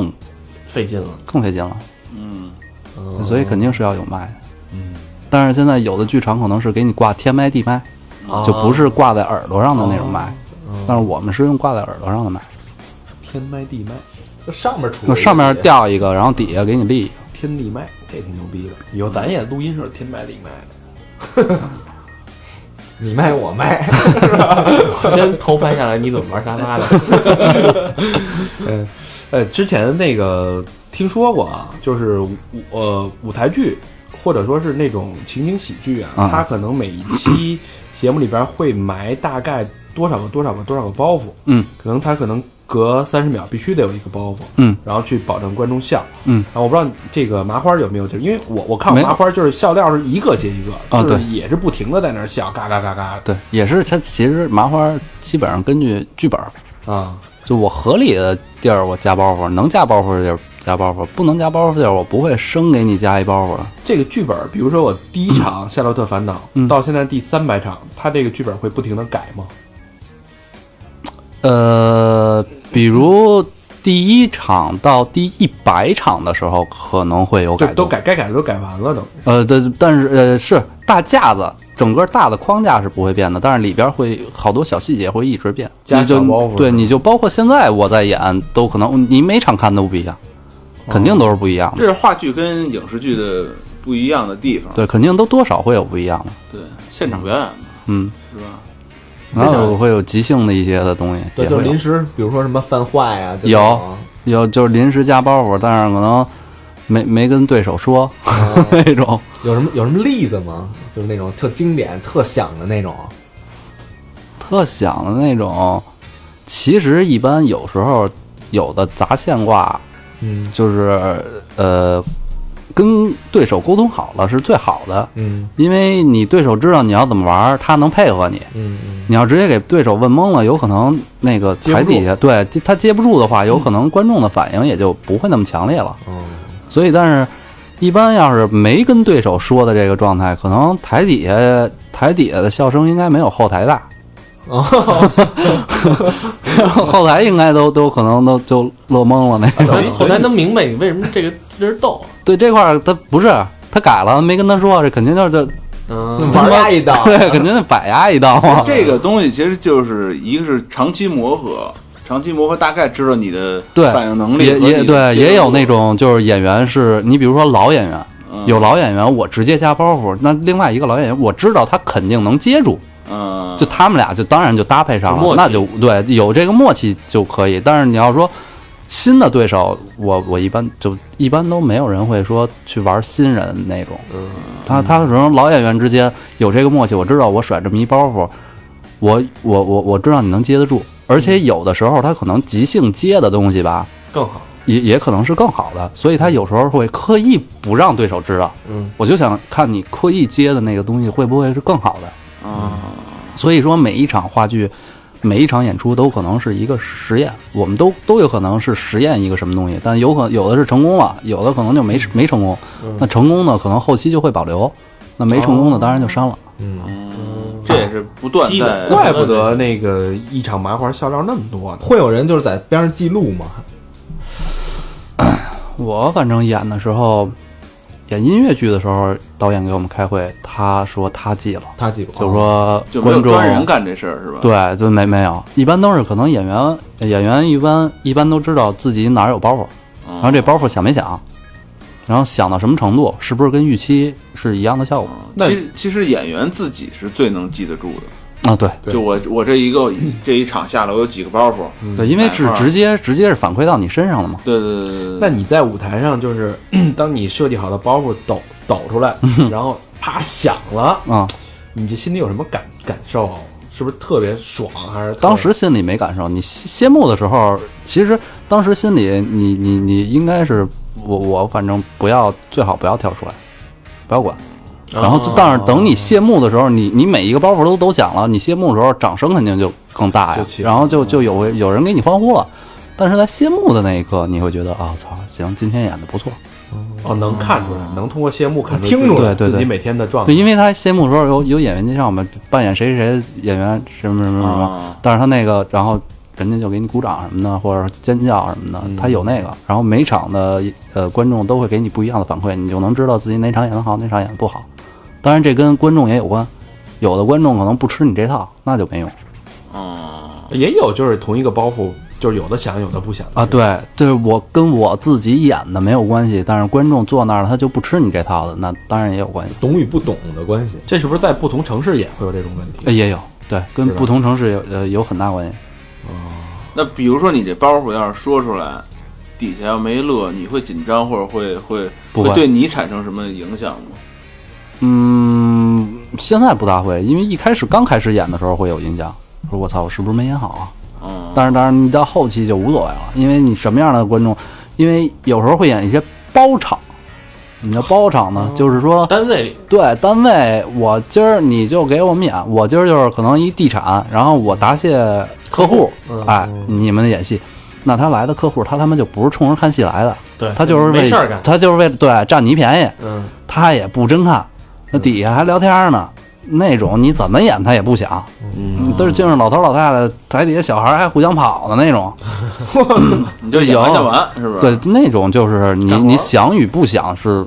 费劲了。更费劲了。嗯，嗯所以肯定是要有麦的。嗯，但是现在有的剧场可能是给你挂天麦地麦，哦就不是挂在耳朵上的那种麦，但是我们是用挂在耳朵上的麦，天麦地麦，就上面出那上面吊一个，然后底下给你立一个。天地麦，这挺牛逼的。以后咱也录音时候天麦地麦的，你卖我 卖， 先头拍下来，你怎么玩沙发 的？嗯，呃，之前那个听说过啊，就是舞呃舞台剧或者说是那种情景喜剧啊，啊它可能每一 期节目里边会埋大概多少个多少个多少个包袱，嗯，可能它可能隔三十秒必须得有一个包袱，嗯，然后去保证观众笑，嗯，啊，我不知道这个麻花有没有，就是因为我我看没我有麻花就是笑料是一个接一个，啊就是对也是不停的在那儿笑，嘎嘎嘎嘎对，也是它其实麻花基本上根据剧本，的啊，就我合理的地儿我加包袱，能加包袱的地儿加包袱，不能加包袱的地儿我不会生给你加一包袱的。这个剧本，比如说我第一场《夏洛特烦恼》嗯到现在第三百场，他这个剧本会不停的改吗？呃，比如第一场到第一百场的时候可能会有就改都动。改该改的都改完了，等于呃，对，但是呃是大架子，整个大的框架是不会变的，但是里边会好多小细节会一直变。加你就小包袱对，是吧你就包括现在我在演，都可能你每场看都不一样，肯定都是不一样的。这是话剧跟影视剧的不一样的地方。对，肯定都多少会有不一样的。对，现场表演嘛，嗯，是吧？然后会有即兴的一些的东西，对，也就是会有临时，比如说什么犯坏啊呀，就有那种有就是临时加包袱，但是可能没没跟对手说、 那种。有什么有什么例子吗？就是那种特经典、特响的那种。特响的那种，其实一般有时候有的砸线挂，嗯，就是呃，跟对手沟通好了是最好的，嗯因为你对手知道你要怎么玩儿，他能配合你。嗯嗯，你要直接给对手问懵了，有可能那个台底下对他接不住的话，有可能观众的反应也就不会那么强烈了。哦，所以，但是，一般要是没跟对手说的这个状态，可能台底下台底下的笑声应该没有后台大。 哦，后台应该都都可能都就乐懵了那种。后台能明白你为什么这个这是逗，对这块儿他不是他改了，没跟他说，这肯定就是 就嗯，玩他一刀，对，肯定是摆压一道啊嘛。这个东西其实就是一个是长期磨合，长期磨合大概知道你的对反应能力也和你的也对，接受也有度那种就是演员是你比如说老演员，嗯有老演员我直接加包袱，那另外一个老演员我知道他肯定能接住，嗯，就他们俩就当然就搭配上啊有默了，契那就对有这个默契就可以。但是你要说新的对手，我我一般就一般都没有人会说去玩新人那种，嗯他他可能老演员之间有这个默契，我知道我甩这么一包袱，我我我我知道你能接得住，而嗯且有的时候他可能即兴接的东西吧，更好。也也可能是更好的，所以他有时候会刻意不让对手知道。嗯，我就想看你刻意接的那个东西会不会是更好的。啊，所以说，每一场话剧，每一场演出都可能是一个实验，我们都都有可能是实验一个什么东西，但有可有的是成功了，有的可能就没没成功。那成功的可能后期就会保留，那没成功的当然就删了。嗯，这也是不断基在本怪不得那个一场麻花笑料那么多呢。呃会有人就是在边上记录吗？我反正演的时候，演音乐剧的时候，导演给我们开会，他说他记了，他记录，哦就是说哦就没有观众专人干这事儿是吧？，对，就没没有，一般都是可能演员演员一般一般都知道自己哪儿有包袱，嗯然后这包袱响没响，然后响到什么程度，是不是跟预期是一样的效果其实其实演员自己是最能记得住的。啊？对对就我我这一个这一场下来，我有几个包袱。对，因为是哪块儿直接直接是反馈到你身上了嘛。对对对对对。那你在舞台上，就是 当你设计好的包袱抖抖出来，然后啪响了，嗯啊、你这心里有什么感感受啊？是不是特别爽？啊还是特别当时心里没感受，你谢谢幕的时候，其实当时心里你你你应该是我我反正不要最好不要跳出来，不要管。哦然后就，但是等你谢幕的时候，你你每一个包袱都都响了，你谢幕的时候掌声肯定就更大呀就，起来然后就就有有人给你欢呼了。但是在谢幕的那一刻，你会觉得啊，操，行，今天演的不错。哦，能看出来，能通过谢幕看出听自己出来对对自己对每天的状态对，。因为他谢幕的时候有有演员介绍嘛，扮演谁谁谁演员什么什么什哦么，啊，但是他那个然后人家就给你鼓掌什么的，或者尖叫什么的，他有那个。然后每场的呃观众都会给你不一样的反馈，你就能知道自己哪场演得好，哪场演得不好。当然这跟观众也有关，有的观众可能不吃你这套，那就没用。啊，也有就是同一个包袱，就是有的响，有的不响啊，，对，就是我跟我自己演的没有关系，但是观众坐那儿了，他就不吃你这套的，那当然也有关系，懂与不懂的关系。这是不是在不同城市也会有这种问题？呃也有，对，跟是吧不同城市有呃有很大关系。那比如说你这包袱要是说出来，底下要没乐，你会紧张或者会会不会对你产生什么影响吗？嗯，现在不大会，因为一开始刚开始演的时候会有影响，说我操，我是不是没演好啊？嗯，但是当然，你到后期就无所谓了，因为你什么样的观众，因为有时候会演一些包场，你的包场哦呢，就是说单位里对单位，我今儿你就给我们演，我今儿就是可能一地产，然后我答谢客户，嗯哎，你们演戏，那他来的客户，他他妈就不是冲着看戏来的，对他就是为没事儿干，他就是为了对占你便宜，嗯，他也不真看，那底下还聊天呢，那种你怎么演他也不想，嗯，都是净是老头老太太，台底下小孩还互相跑的那种，嗯你就演完有就完，是不是？对，，那种就是你干活你想与不想是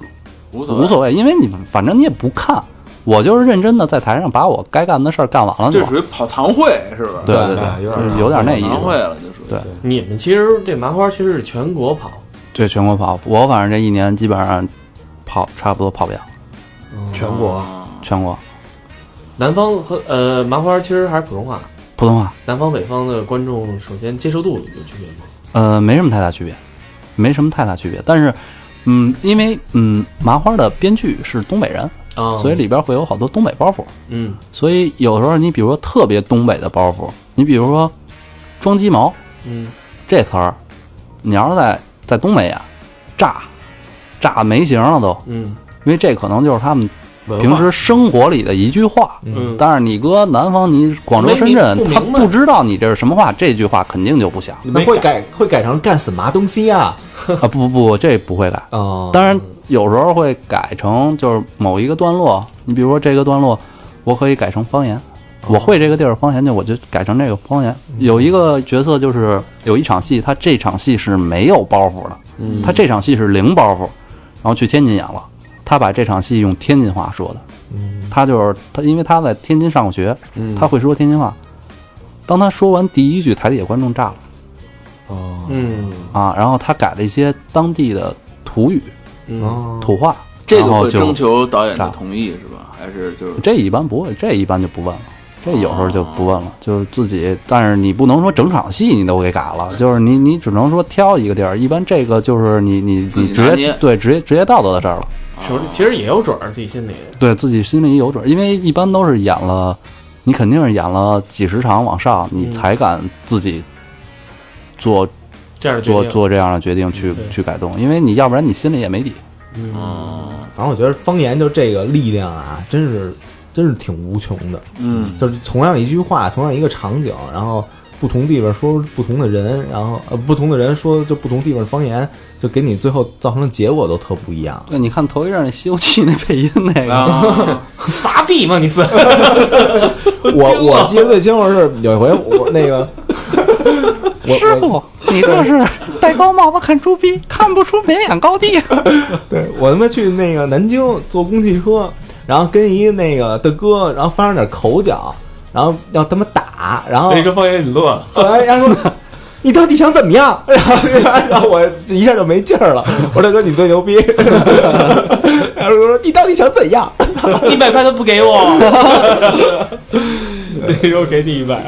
无所谓无所谓，因为你反正你也不看，我就是认真的在台上把我该干的事儿干完了就这好。属于跑堂会，是不是？对对对对，有就点是有点那意堂会思。了，就属于对你们其实这麻花其实是全国跑，对，全国跑，我反正这一年基本上跑差不多跑遍了全国啊全国，南方和呃麻花其实还是普通话，普通话南方北方的观众首先接受度有区别吗？呃没什么太大区别，没什么太大区别。但是，嗯，因为嗯麻花的编剧是东北人，啊，所以里边会有好多东北包袱。嗯所以有时候你比如说特别东北的包袱，你比如说装鸡毛，嗯这词儿，你要是在在东北演，炸，炸没形了都，嗯因为这可能就是他们文化平时生活里的一句话。嗯，但是你搁南方，你广州、深圳没，明白他不明白不知道你这是什么话，这句话肯定就不响那会改会改成干死嘛东西呀？啊！不不不，这不会改。哦，当然，有时候会改成就是某一个段落，你比如说这个段落，我可以改成方言，我会这个地儿方言，就我就改成这个方言。有一个角色就是有一场戏，他这场戏是没有包袱的，他这场戏是零包袱，然后去天津演了，他把这场戏用天津话说的，他就是他，因为他在天津上过学，他会说天津话。当他说完第一句，台底下观众炸了嗯啊，然后他改了一些当地的土语、嗯土话。这然个后会就征求导演的同意是吧？还是就是这一般不会，这一般就不问了。这有时候就不问了，就自己。但是你不能说整场戏你都给改了，就是你你只能说挑一个地儿。一般这个就是你你自己你直拿接捏对直接直接到到的这儿了，手里其实也有准儿，自己心里对自己心里有准儿，因为一般都是演了，你肯定是演了几十场往上，你嗯才敢自己做这样的决做定做这样的决定去对去改动，因为你要不然你心里也没底。 嗯反正我觉得方言就这个力量啊，真是真是挺无穷的。嗯就是同样一句话，同样一个场景，然后不同地方说不同的人，然后呃不同的人说就不同地方方言，就给你最后造成的结果都特不一 样。对，你看头一阵那《西游记》那配音那个，啊， 撒逼吗？你是我我记得最清楚的是有一回我那个我师我傅，你这是戴高帽子看猪逼，看不出绵眼高低。对我他妈去那个南京坐公汽车，然后跟一那个大哥，然后发生点口角，然后要他妈打，然哦后我一说方言 你乐，后来人家说。你到底想怎么样？ 然后，然后我就一下就没劲儿了。我说大哥，你最牛逼。 然后说你到底想怎样？ 一百块都不给我，那时候给你一百，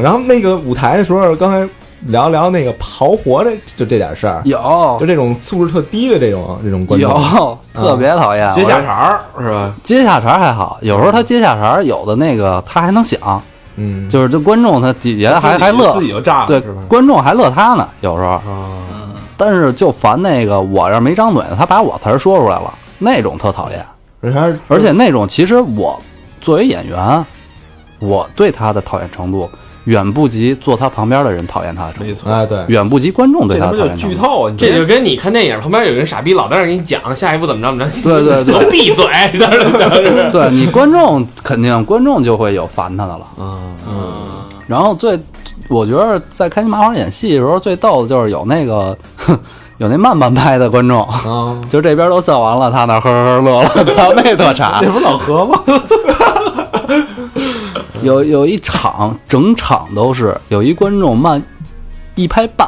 然后那个舞台的时候，刚才聊聊那个刨活的，就这点事儿，有就这种素质特低的这种这种观众，有，特别讨厌。接下我茬儿是吧？嗯接下茬还好，有时候他接下茬，有的那个他还能想，嗯，就是这观众他底下还自己还乐自，己就炸了，对是吧？，观众还乐他呢，有时候。啊，但是就烦那个我这没张嘴的，他把我词儿说出来了，那种特讨厌。然后而且那种其实我作为演员，我对他的讨厌程度远不及坐他旁边的人讨厌他的程度没。错，啊，对，远不及观众嗯对这他他妈的讨就厌程剧度。透啊！你这就跟你看电影旁边有个人傻逼老在那儿给你讲下一步怎么着怎么着， 对对对都 闭嘴，在那儿想是，对你观众肯定观众就会有烦他的了。嗯然后最，我觉得在开心麻花演戏的时候最逗的就是有那个有那慢半拍的观众，啊，哦就这边都笑完了，他那儿呵呵呵乐了，咱们也特傻。这不是老何吗？有有一场整场都是有一观众慢一拍半，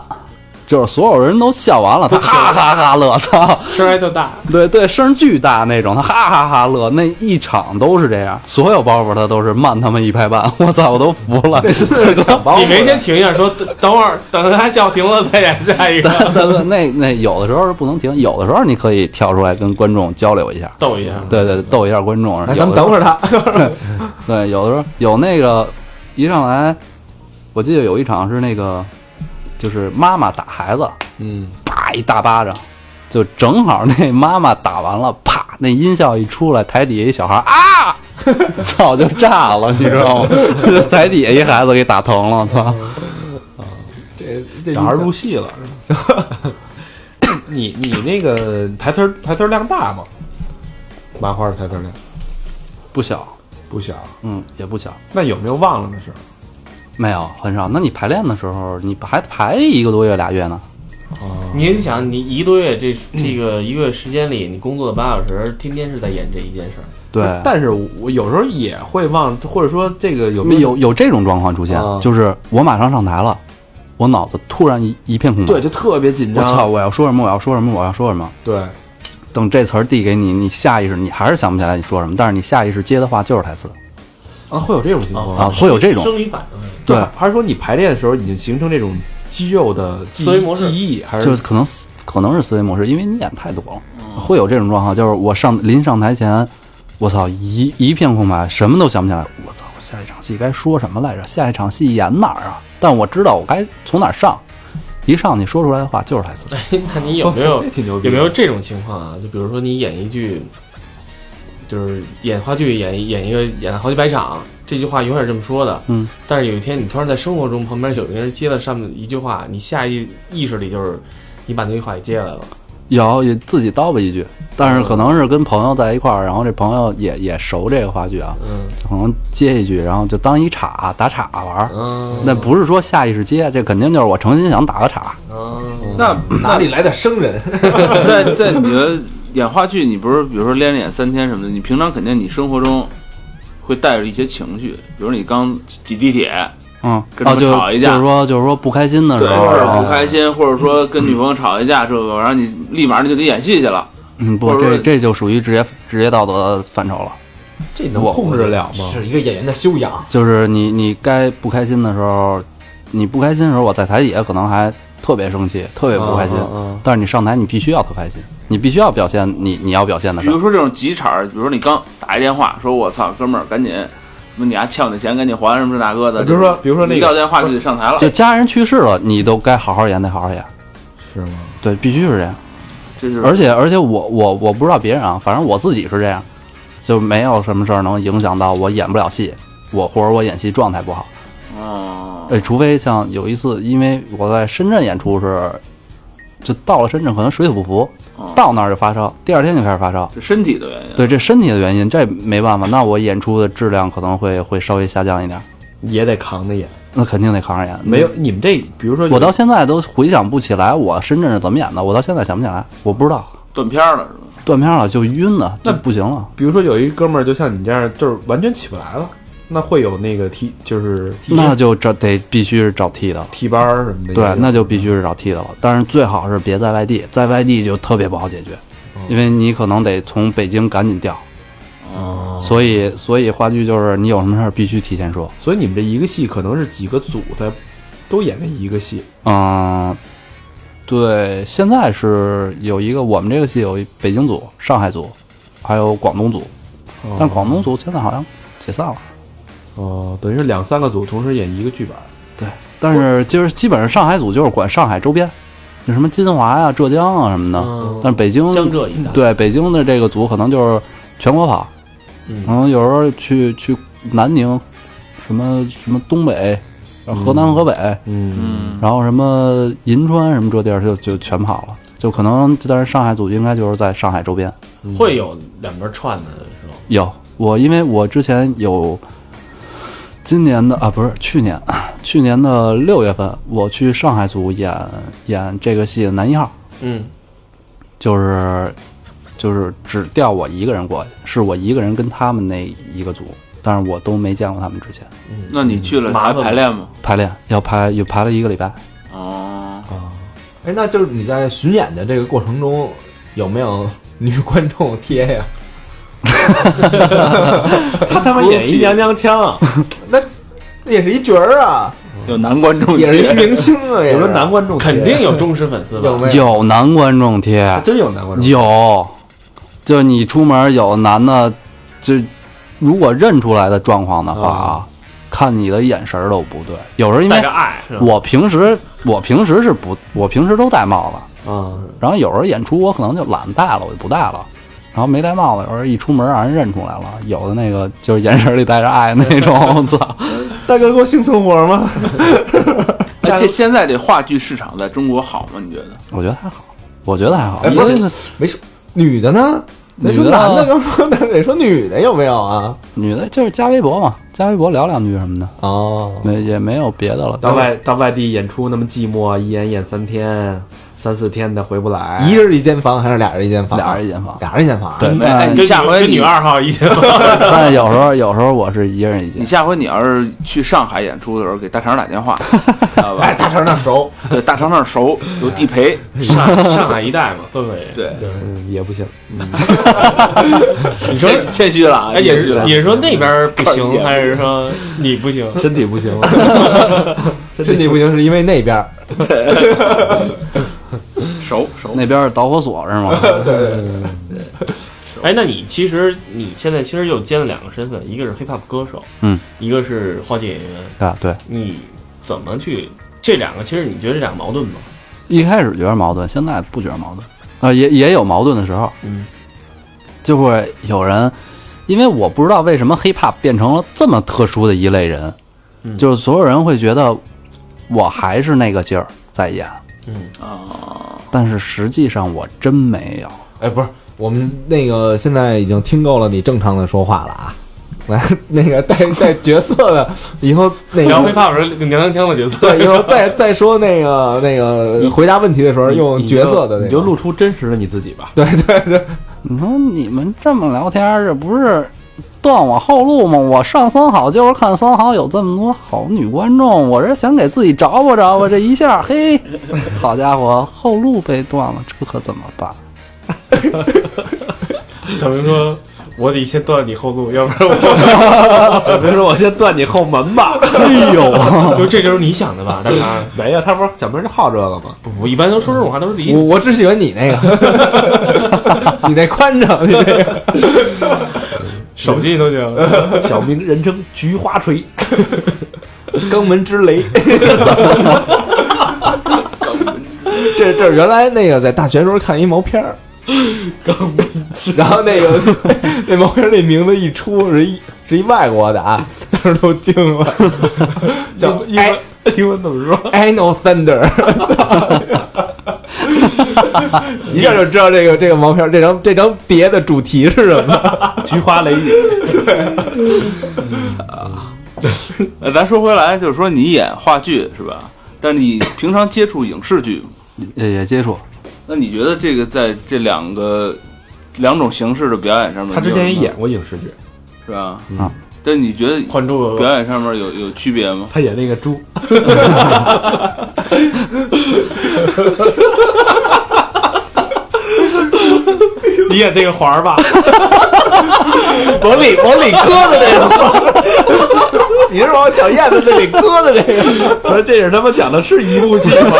就是所有人都笑完了，他哈哈哈乐，操！声儿还特大，对对，声巨大那种，他哈哈哈乐，那一场都是这样，所有包袱他都是慢他们一拍半，我操，我都服了。 你没先停一下说，等等会儿等他笑停了再演下一个，但但那那有的时候是不能停，有的时候你可以跳出来跟观众交流一下， 逗一下，对对，对逗一下观众。来，咱有的们时等候会儿他。对，有的时候有那个一上来，我记得有一场是那个，就是妈妈打孩子，嗯，啪一大巴掌，就正好那妈妈打完了，啪那音效一出来，台底下一小孩啊， 操就炸了，你知道吗？ 就台底下一孩子给打疼了，操！这小孩入戏了。是吧你你那个台词儿台词儿量大吗？麻花的台词儿量不小，不小，嗯，也不小，那有没有忘了的事儿？没有很少。那你排练的时候，你还排一个多月俩月呢？你想，你一个多月这这个一个月时间里，你工作八小时，天天是在演这一件事儿，对，但是我有时候也会忘，或者说这个有没有有这种状况出现，啊就是我马上上台了，我脑子突然一一片空白。对，就特别紧嗯我张。操！，我要说什么？我要说什么？我要说什么？对，等这词儿递给你，你下意识你还是想不起来你说什么，但是你下意识接的话就是台词啊，会有这种情况啊，会有这种生理反应。对，还是说你排练的时候已经形成这种肌肉的记忆思维模式记忆还就是是可能可能是思维模式，因为你演太多啊了，会有这种状况，就是我上临上台前，我操一一片空白，什么都想不起来，我操，下一场戏该说什么来着？下一场戏演哪儿啊？但我知道我该从哪儿上，一上你说出来的话就是台词。 那你有没有哦这挺牛逼有的？没有这种情况啊？就比如说你演一句，就是演话剧演演一个演了好几百场，这句话永远是这么说的。嗯，但是有一天你突然在生活中旁边有一个人接了上面一句话，你下意意识里就是你把那句话给接来了。有也自己叨吧一句，但哦是可能是跟朋友在一块儿，然后这朋友也也熟这个话剧啊，嗯可能接一句，然后就当一岔打岔玩儿。嗯那不是说下意识接，这肯定就是我诚心想打个岔。嗯，那哪里来的生人？在在你的演话剧，你不是比如说连着演三天什么的，你平常肯定你生活中会带着一些情绪，比如你刚挤地铁，嗯，跟他哦，们就吵一架就是说就是说不开心的时对，候，或者然后啊不开心，或者说跟女朋友吵一架这嗯个，然后你立马你就得演戏去了。嗯不，或者这说这就属于职业职业道德范畴了。这能控制了吗？是一个演员的修养。就是你你该不开心的时候，你不开心的时候，我在台底下可能还特别生气，特别不开心。嗯但是你上台，你必须要特开心，你必须要表现你你要表现的嗯比事儿如。说这种急茬儿，比如说你刚打一电话，说我操哥们儿，赶紧，什么你还欠我的钱，赶紧还什么这那个的。比如说比如说那个一撂电话就得上台了， 就家人去世了，你都该好好演，得好好演。是吗？对，必须是这样。这是而且而且我我我不知道别人啊，反正我自己是这样，就没有什么事儿能影响到我演不了戏，我或者我演戏状态不好。哦，呃，除非像有一次，因为我在深圳演出是，就到了深圳可能水土不服，哦到那儿就发烧，第二天就开始发烧。这身体的原因。对，这身体的原因，这没办法。那我演出的质量可能会会稍微下降一点，也得扛着演，那肯定得扛着演。没有你们这，比如说我到现在都回想不起来我深圳是怎么演的，我到现在想不起来，我不知道断片儿了是吧？断片了就晕了，就那不行了。比如说有一哥们儿，就像你这样，就是完全起不来了，那会有那个替，就是替那就这得必须是找替的了，替班儿什么的。对，那就必须是找替的了。但是最好是别在外地，在外地就特别不好解决，因为你可能得从北京赶紧调。哦，所以，所以话剧就是你有什么事儿必须提前说。所以你们这一个戏可能是几个组在都演这一个戏，嗯，对，现在是有一个我们这个戏有一北京组、上海组，还有广东组，但哦广东组现在好像解散了。哦，等于是两三个组同时演一个剧本。但是就是基本上上海组就是管上海周边，就什么金华呀、浙江啊什么的。嗯但是北京江浙一带，对北京的这个组可能就是全国跑，可嗯，能有时候去去南宁，什么什么东北、河南、嗯河北，嗯，嗯，然后什么银川什么这地儿就就全跑了，就可能但是上海组应该就是在上海周边会有两边串的是吧？有我，因为我之前有今年的啊不是去年， 去年的六月份我去上海组演演这个戏的男一号，嗯就是就是只调我一个人过去，是我一个人跟他们那一个组，但是我都没见过他们之前嗯，那你去了麻还烦吗排练吗？排练，要排也排了一个礼拜。嗯哦，哎，那就是你在巡演的这个过程中，有没有 女观众贴呀？他他妈演一娘娘腔 啊，那那也是一角儿啊，有男观众也是一接明星啊，也有是的男观众肯定有忠实粉丝吧有？没有？有男观众贴，真有男观众，有，就你出门有男的，就如果认出来的状况的话啊，看你的眼神儿都不对。有时候因带为着爱是吧？我平时我平时是不，我平时都戴帽子，啊，然后有时候演出我可能就懒得戴了，我就不戴了。然后没戴帽子，有时候一出门让人认出来了，有的那个就是眼神里带着爱那种，我操！大哥过性生活吗？哎，这现在这话剧市场在中国好吗？你觉得？我觉得还好，我觉得还好，哎因不是为 没说女的呢？得说女的男的，刚说男的得说女的有没有啊？女的就是加微博嘛，加微博聊两句什么的，哦，没也没有别的了。到外到外地演出那么寂寞，啊一演演三天、三四天的回不来，一人一间房还是俩人一间房？俩人一间房，俩人一间房啊。对，哎但你跟下女回跟你女二号一起， 但有时候有时候我是一个人一你间，下回你要是去上海演出的时候，给大肠打电 话，知道哎，吧？大成那熟，对，呃大肠那儿熟，有地陪。上上海一带嘛，氛围。对，嗯也不行，你说谦虚了啊，哎，也谦虚是了，你是说那边不快一行，点还是说你不行？身体不行了。身体不行是因为那边儿。熟熟。那边是导火索是 吗？哎，那你其实你现在其实又兼了两个身份，一个是 hiphop 歌手，嗯，一个是话剧演员。啊，对，你怎么去这两个？其实你觉得这俩矛盾吗？一开始觉得矛盾，现在不觉得矛盾，啊、也也有矛盾的时候，嗯，就会有人，因为我不知道为什么 hiphop 变成了这么特殊的一类人，嗯就是所有人会觉得我还是那个劲儿在演，嗯啊，但是实际上我真没有。哎，不是，我们那个现在已经听够了你正常的说话了啊。来，那个带带角色的，以后那聊黑个怕我是娘娘腔的角色，对，以后再再说那个那个回答问题的时候你用角色的那个，你就露出真实的你自己吧。对对对，你说你们这么聊天儿，这不是断我后路吗？我上三好就是看三好有这么多好女观众，我这想给自己找吧找吧，这一下，嘿，好家伙，后路被断了，这可怎么办？小明说：“我得先断你后路，要不然我小明说：“ 我先断你后门吧。哎呦，就这就是你想的吧？”大家”没啊有，他不是小明就好这个吗？不，我一般都说这种话都是自己我我只喜欢你那个， 你那宽敞，你那个手机 都觉得小明人称菊花锤， 肛门之雷。这这是原来那个在大学时候看一毛片儿，然后那个那毛片儿那名字一出是一是一外国的啊，当时都惊 了，叫英文英文怎么说？Anal Thunder，一下就知道这个这个毛片儿这张这张碟的主题是什么。菊花 雷雨。呃啊咱说回来，就是说你演话剧是吧？但是你平常接触影视剧吗， 也也接触，那你觉得这个在这两个两种形式的表演上面，他之前也你有什演过影视剧，么是吧？嗯，但你觉得《还珠格格》 表演上面有有区别吗？他演那个猪。你演这个环儿吧，往里往里搁的这个， 你是往小燕子那里搁的这个，所以这是他妈讲的是一部戏吗？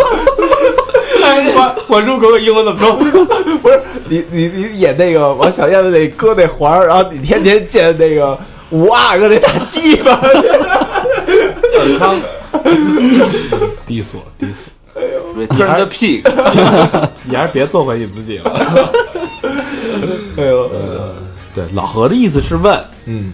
哎《还还珠格格》英文怎么说？ 不是你你你演那个往小燕子那里搁那环儿，然后你天天见那个五阿哥那大鸡 巴，低俗低俗，对，Turn the pig，你还是别做回你自己了。 呃哎呦，对，老何的意思是问，嗯，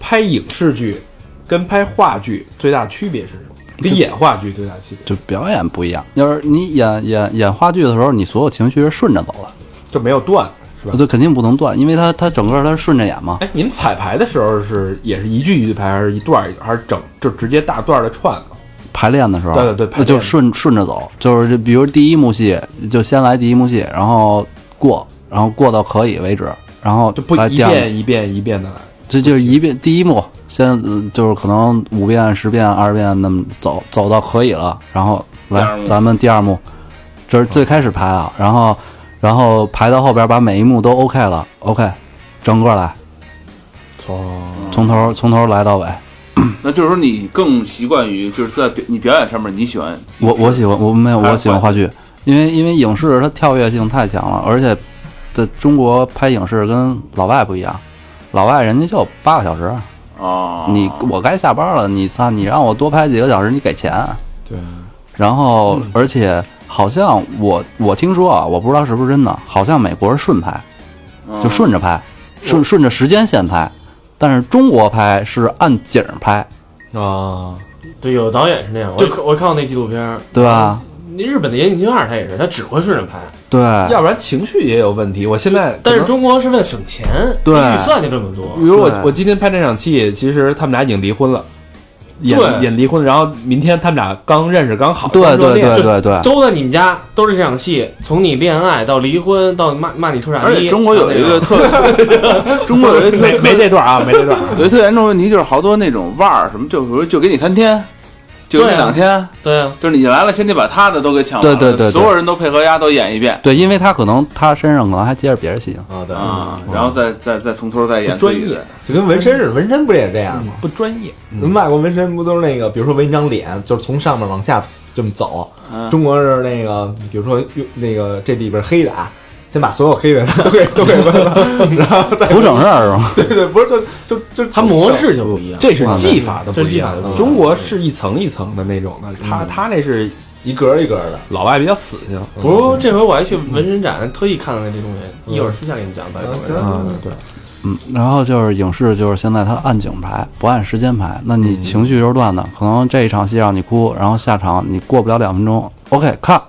拍影视剧跟拍话剧最大区别是什么？跟演话剧最大区别就表演不一样。要是你演演演话剧的时候，你所有情绪是顺着走的，就没有断，是吧？就肯定不能断，因为它它整个它是顺着演嘛。哎，你们彩排的时候是也是一句一句排，还是一段儿一段儿，还是整就直接大段的串啊？排练的时候，对对对排那练就顺顺着走，就是这比如第一幕戏就先来第一幕戏，然后过，然后过到可以为止，然后就不来一第二幕，遍一遍一遍的来。这就是一遍第一幕，先呃就是可能五遍、十遍、二十遍那么走，走到可以了，然后第来二幕咱们第二幕，这是最开始排啊，然后然后排到后边把每一幕都 OK 了，OK，整个来从从头从头来到尾。那就是说你更习惯于就是在表你表演上面，你喜欢我我喜欢，我没有，还是我喜欢话话剧，因为因为影视它跳跃性太强了，而且在中国拍影视跟老外不一样，老外人家就八个小时，哦啊，你我该下班了，你操，你让我多拍几个小时，你给钱，对，嗯然后而且好像我我听说啊，我不知道是不是真的，好像美国是顺拍，哦就顺着着拍，顺顺着时间线拍，但是中国拍是按景儿拍，啊，对，有导演是那样，我我看过那纪录片儿，对吧？哦那日本的岩井俊二他也是，他只会顺着拍，对，要不然情绪也有问题。我现在但可是能中国是为了省钱，对预算就这么多比，如我对我今天拍这场戏，其实他们俩已经离婚了，演对演离婚，然后明天他们俩刚认识刚好，对刚热对恋对对对。都在你们家，都是这场戏，从你恋爱到离婚到骂骂你臭傻逼，而且中国啊有一个特，中国有一个特没没这段啊，没这段啊。有一特严重的问题，就是好多那种腕儿什么，就比如就给你三天，就对那啊两天，对啊，就是你来了，先得把他的都给抢完对了，对对对所有人都配合丫都演一遍对，因为他可能他身上可能还接着别人戏呢。啊对，啊，然后再再再从头再演不专自己的就跟纹身似的，纹身不是也这样吗？不专业，人外国纹身不都是那个，比如说纹一张脸，就是从上面往下这么走，嗯中国是那个，比如说用那个这里边黑的啊，先把所有黑的 都 给都给纹了，然后再图省事儿是吗？对对，不是就就就它模式就不一样，这是技法的不一样嗯这是技法的不一样。中国是一层一层的那种的，他他那是一格一格的，老外比较死性，不是，这回我还去纹身展特意看了看这东西，一会儿私下给你讲吧。哦嗯，对，嗯，然后就是影视，就是现在它按景排，不按时间排。那你情绪就是乱的，可能这一场戏让你哭，然后下场你过不了两分钟，OK，看，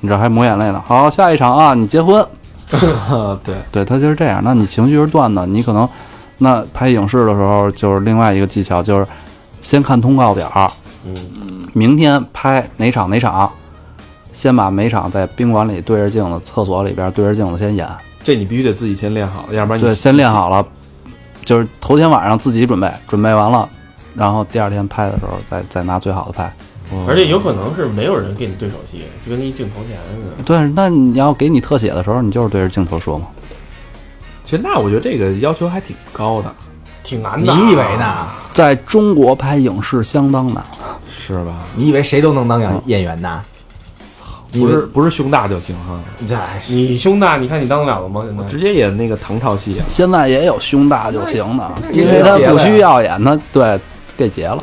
你这还抹眼泪呢。好，下一场啊，你结婚，嗯啊对，对，它就是这样。那你情绪是断的，你可能那拍影视的时候就是另外一个技巧，就是先看通告表，嗯，明天拍哪场哪场，先把每场在宾馆里对着镜子、厕所里边对着镜子先演，这你必须得自己先练好，要不然你对，先练好了，就是头天晚上自己准备，准备完了，然后第二天拍的时候再再拿最好的拍。而且有可能是没有人给你对手戏，就跟一镜头前似的。对，那你要给你特写的时候，你就是对着镜头说嘛。其实那我觉得这个要求还挺高的，挺难你的。啊以为？呢？在中国拍影视相当难，是吧？你以为谁都能当嗯演演员呐？不是不是胸大就行哈，哎你胸大，你看你当得了了吗？现在直接演那个唐套戏啊，现在也有胸大就行的，那因为他那不也需要演，他对给结了。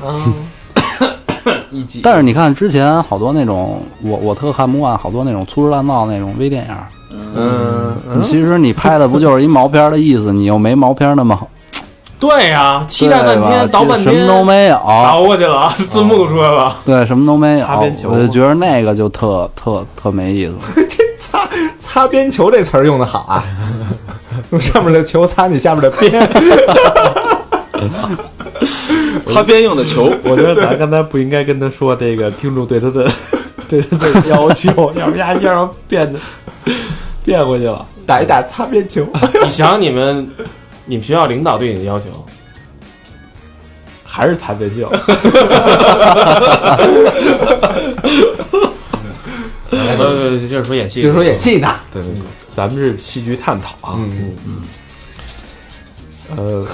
一集但是你看之前好多那种，我我特看不惯好多那种粗制滥造那种微电影儿，嗯，其实你拍的不就是一毛片儿的意思，你又没毛片儿那么好，对呀，期待半对吧天，倒半其天实什么都没有，倒过去了啊，字幕都出来了。对，什么都没有擦边，球我就觉得那个就特特特没意思。擦边球这词儿用的好 啊，用上面的球擦你下面的边， 擦边用的球，我觉得咱刚才不应该跟他说这个听众对他 的对他的要求，要不然一下要变得变回去了。打一打擦边球。你想想你们，你们学校领导对你的要求，还是擦边球，呃，就是说演戏，就是说演戏呢，对对对，咱们是戏剧探讨啊，嗯嗯，呃，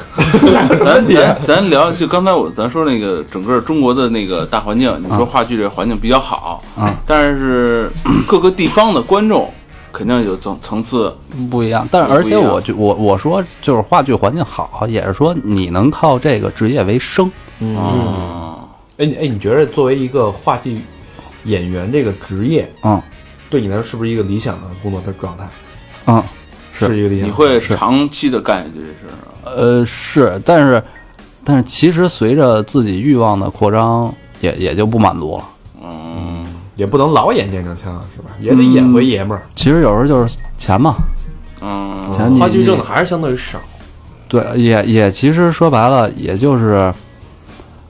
咱咱咱聊，就刚才我咱说那个整个中国的那个大环境，你说话剧这环境比较好，嗯，但是 各个地方的观众肯定有层层次，不一样。但是不而一且样我就我我说就是话剧环境好，也是说你能靠这个职业为生。嗯，哎你哎，你觉得作为一个话剧演员这个职业，嗯对你来说是不是一个理想的工作的状态？嗯，是是一个理想你的会是长期的干下去这事儿啊，呃是，但是但是其实随着自己欲望的扩张，也也就不满足了。嗯，也不能老演健康腔，是吧？也得演回爷们儿。其实有时候就是钱嘛，嗯，钱你话剧你挣的还是相对于少。对，也也其实说白了，也就是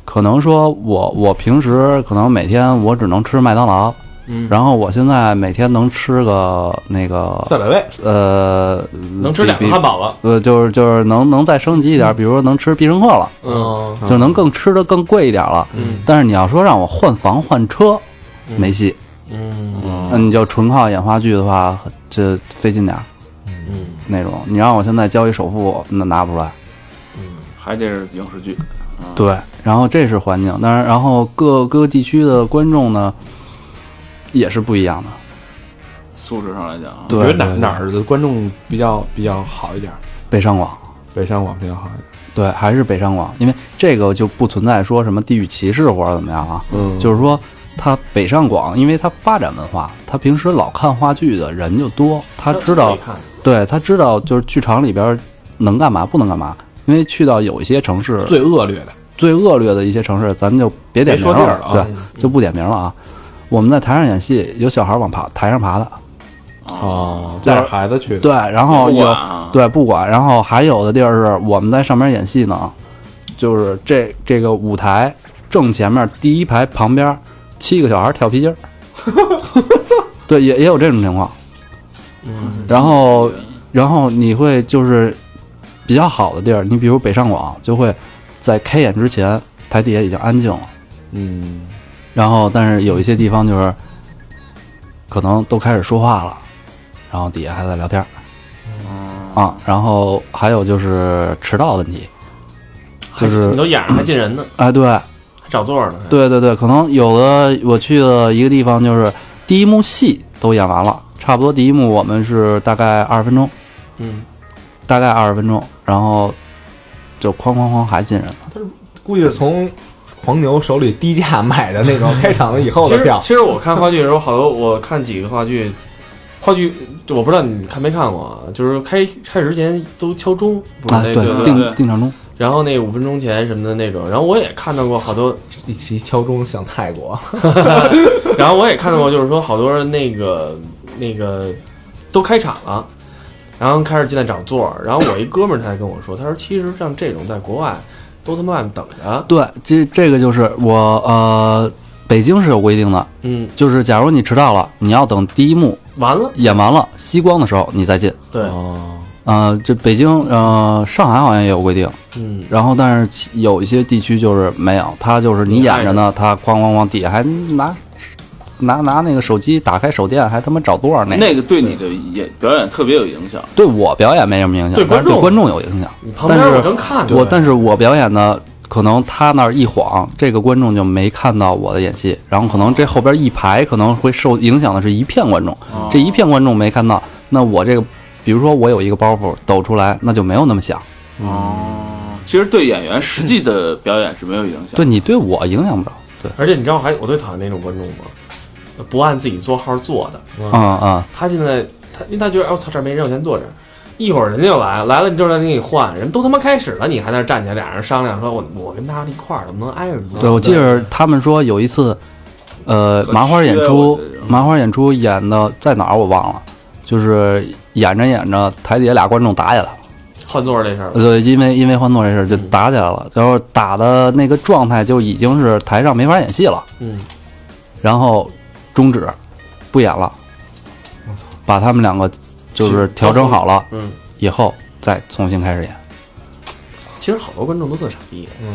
可能说我我平时可能每天我只能吃麦当劳，嗯然后我现在每天能吃个那个赛百味，呃，能吃比两个比汉堡嗯了。呃，就是就是能能再升级一点，比如说能吃必胜客了，嗯啊就能更吃的更贵一点了。嗯但是你要说让我换房换车，嗯没戏。嗯哦那你就纯靠演话剧的话，这费劲点儿嗯，那种。你让我现在交一首付，那拿不出来。嗯还得是影视剧，对，然后这是环境，当然，然后各各个地区的观众呢也是不一样的。素质上来讲啊，对，你觉得哪对哪？儿的观众比较比较好一点？北上广。北上广比较好一点。对，还是北上广，因为这个就不存在说什么地域歧视或者怎么样啊，嗯就是说他北上广，因为他发展文化，他平时老看话剧的人就多，他知道可以，看对他知道就是剧场里边能干嘛不能干嘛，因为去到有一些城市最恶劣的，最恶劣的一些城市，咱们就别点别说名地儿了啊对，就不点名了啊。我们在台上演戏，有小孩往爬台上爬的，哦，带着孩子去的，对，然后不有管啊，对，不管。然后还有的地儿是我们在上面演戏呢，就是这这个舞台正前面第一排旁边七个小孩跳皮筋儿，对，也也有这种情况。嗯然后然后你会就是比较好的地儿，你比如北上广就会在开演之前台底下已经安静了，嗯，然后但是有一些地方就是可能都开始说话了，然后底下还在聊天儿。嗯啊，然后还有就是迟到问题，还就你是都演着还进人呢，哎，对还找座呢。还，对对对，可能有的我去的一个地方就是第一幕戏都演完了，差不多第一幕我们是大概二十分钟，嗯，大概二十分钟，然后就哐哐哐还进人了，估计是从黄牛手里低价买的 那种开场了以后其的实票，其实我看话剧的时候，好多我看几个话剧，话剧我不知道你看没看过，啊，就是开开始之前都敲钟，不是啊，那对个，对定定场中，然后那五分钟前什么的那种，然后我也看到过好多，一起敲钟像泰国，然后我也看到过，就是说好多人那个那个都开场了。然后开始进来找座儿，然后我一哥们儿他还跟我说，他说其实像这种在国外都他妈等着，对，这这个就是我呃，北京是有规定的，嗯，就是假如你迟到了，你要等第一幕完了，演完了熄光的时候你再进。对，呃，这北京呃上海好像也有规定，嗯，然后但是其有一些地区就是没有，他就是你演着呢，他哐哐哐底下还拿拿拿那个手机打开手电，还他妈找座儿那个。那个对你的演表演特别有影响。对我表演没什么影响，对但是对观观众众有影响。你旁边但是我正看着，我但是我表演的可能他那儿一晃，这个观众就没看到我的演戏，然后可能这后边一排可能会受影响的是一片观众，这一片观众没看到，那我这个，比如说我有一个包袱抖出来，那就没有那么响。哦，其实对演员实际的表演是没有影响。对，你对我影响不着，对，而且你知道我还我最讨厌那种观众吗？不按自己座号坐的，啊啊，他进来，他因为他觉得哎我操这儿没人，我先坐这儿。一会儿人家就来了，来了你就让人给你换，人都他妈开始了，你还在那儿站起来，俩人商量说我我跟他一块儿能不能挨着坐？嗯对我记得他们说有一次，呃，麻花演出我觉得，麻花演出演的在哪儿我忘了，就是演着演着台底下俩观众打起来了。换座这事儿，呃，因为因为换座这事儿就打起来了，然后打的那个状态就已经是台上没法演戏了，嗯，然后终止，不演了。把他们两个就是调整好了，嗯，以后再重新开始演。其实好多观众都特傻逼，嗯，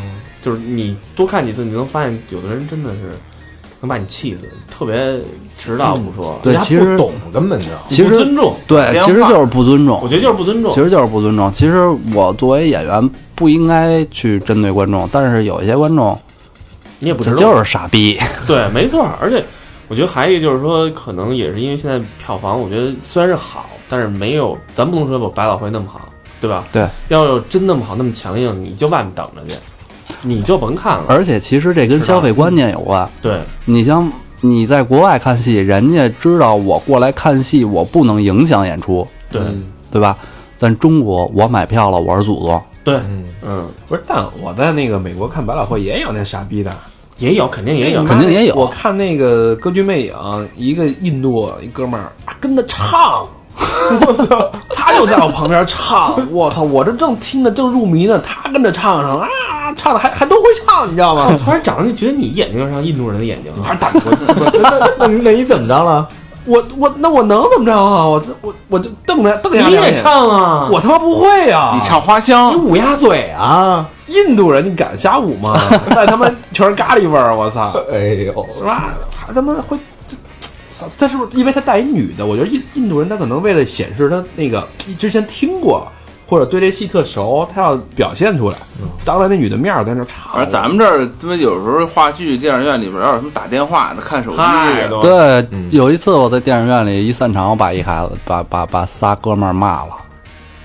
就是你多看几次，你能发现有的人真的是能把你气死，特别迟到不说，嗯对，人家其不实懂根本就。其不实尊重，对，其实就是不尊我重，觉得就是不尊重，其实就是不尊重。其实我作为演员不应该去针对观众，但是有一些观众你也不他知道，就是傻逼。对，没错儿，而且我觉得还有一个就是说，可能也是因为现在票房，我觉得虽然是好，但是没有咱不能说有百老汇那么好，对吧？ 对，要有真那么好那么强硬，你就外面等着去，你就甭看了。而且其实这跟是的消费观念有关。对，你像你在国外看戏，人家知道我过来看戏，我不能影响演出，对，对吧？但中国我买票了，我是祖宗，对，嗯，不是，但我在那个美国看百老汇也有那傻逼的，也有，肯定也有，肯定也有我看那个《歌剧魅影》，一个印度一哥们儿、啊跟着唱， 我操，他就在我旁边唱，我操，我这正听着正入迷呢，他跟着唱上啊，唱的还还都会唱，你知道我吗？突然长得就觉得你眼睛像印度人的眼睛啊，那你那你怎么着 了？我我那我能怎么着啊？我这我我就瞪着瞪着两你也眼，唱啊？我他妈不会啊！你唱花香哎你，捂鸭嘴啊！啊，印度人你敢瞎捂吗？那他妈全是咖喱味儿，我操！哎呦，是吧？他他妈会，这操，他是不是因为他带一女的？我觉得印印度人他可能为了显示他那个之前听过或者对这戏特熟，他要表现出来，当着那女的面儿在那唱。而咱们这儿他妈有时候话剧、电影院里边要是什么打电话、看手机，太哦多了，对，有一次我在电影院里一散场，我把一孩子把把把仨哥们儿骂了，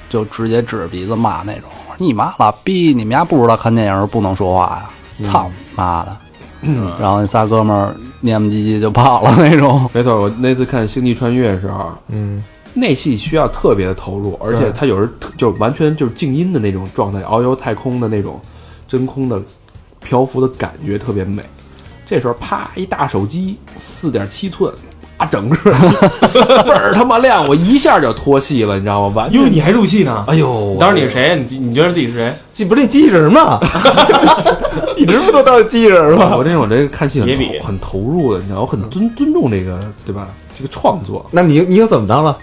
就直接指着鼻子骂那种。我说你妈了逼，你们家不知道看电影不能说话呀！操你妈的！然后那仨哥们儿念念唧唧就跑了那种。没错，我那次看《星际穿越》的时候， 嗯，那戏需要特别的投入，而且他有时候就完全就是静音的那种状态，遨游太空的那种真空的漂浮的感觉特别美。这时候啪一大手机四点七寸，啊整个 倍儿他妈亮，我一下就脱戏了，你知道吗？完全哟，你还入戏呢？哎呦，当时你是谁？你你觉得自己是谁？这不是那机器人 吗？一直不都当机器人吗？我这种这个看戏很别比投很投入的，你知道，我很尊尊重这个对吧？这个创作，那你你又怎么着了？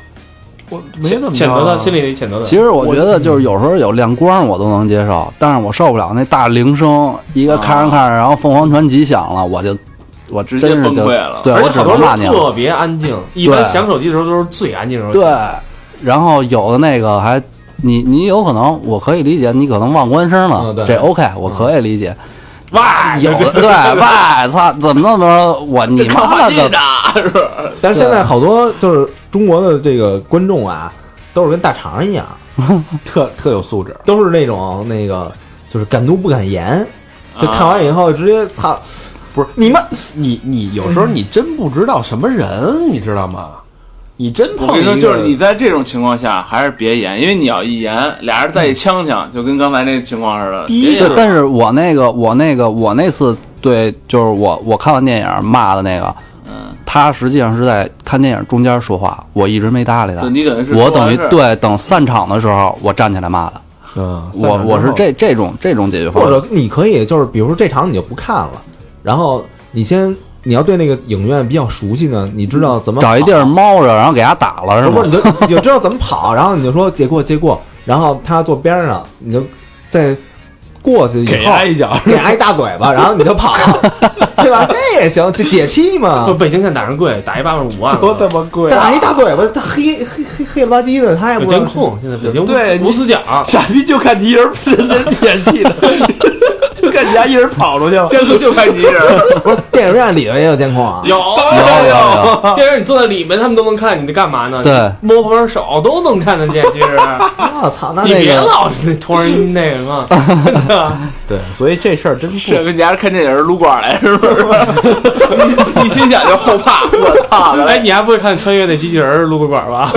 我没怎么谴责他，他心里得谴责他。啊其实我觉得就是有时候有亮光我都能接受，但是我受不了那大铃声，一个看着看着，然后凤凰传奇响了，我就我直真接是崩就溃了对而我且只好多能骂人你特了。别安静，一般对响手机的时候都是最安静的时候。对，然后有的那个还你你有可能我可以理解，你可能忘关声了嗯，对这 OK 我可以理解。哇，有的对外操怎么那么着我你看妈话剧的 的，是吧？但是现在好多就是中国的这个观众啊，都是跟大肠一样，嗯特特有素质，都是那种那个就是敢怒不敢言，就看完以后直接操，不是你们你你有时嗯候你真不知道什么人，你知道吗？你真我碰跟一你说，个就是你在这种情况下还是别演，因为你要一演，俩人在嗯一呛呛，就跟刚才那情况似的。第一别演对，但是我那个我那个我那次对，就是我我看完电影骂的那个，嗯，他实际上是在看电影中间说话，我一直没搭理他对。你等于是我等说完于事儿对等散场的时候，我站起来骂的。嗯，散我场之我是后这这种这种解决方或式。者你可以就是，比如说这场你就不看了，然后你先你要对那个影院比较熟悉呢，你知道怎么找一地儿跑猫着，然后给他打了是不是你？吗就你就知道怎么跑，然后你就说借过借过，然后他坐边上，你就再过去以 后给他一 脚，给他一大嘴巴，然后你就跑，对吧？这也行，这解气不 嘛。北京现在打人贵，打一巴掌五万了，么贵打一大嘴巴，他黑黑黑黑了吧唧的，他也有不监控，现在北京无对无死角，啊傻逼就看你一人演戏的， 就看你家一人跑出去 了。监控就看你一人，不是 电影院里头也有监控啊。有哦有啊有有，电视你坐在里面，他们都能看你在干嘛呢？对，摸旁边手都能看得见。其实我啊操，那你那别个老是托人那什么，真的对，所以这事儿真不啊这跟家看电影撸管来是不是？ 你你心想就后怕，我操！哎，你还不会看穿越那机器人儿撸个管吧？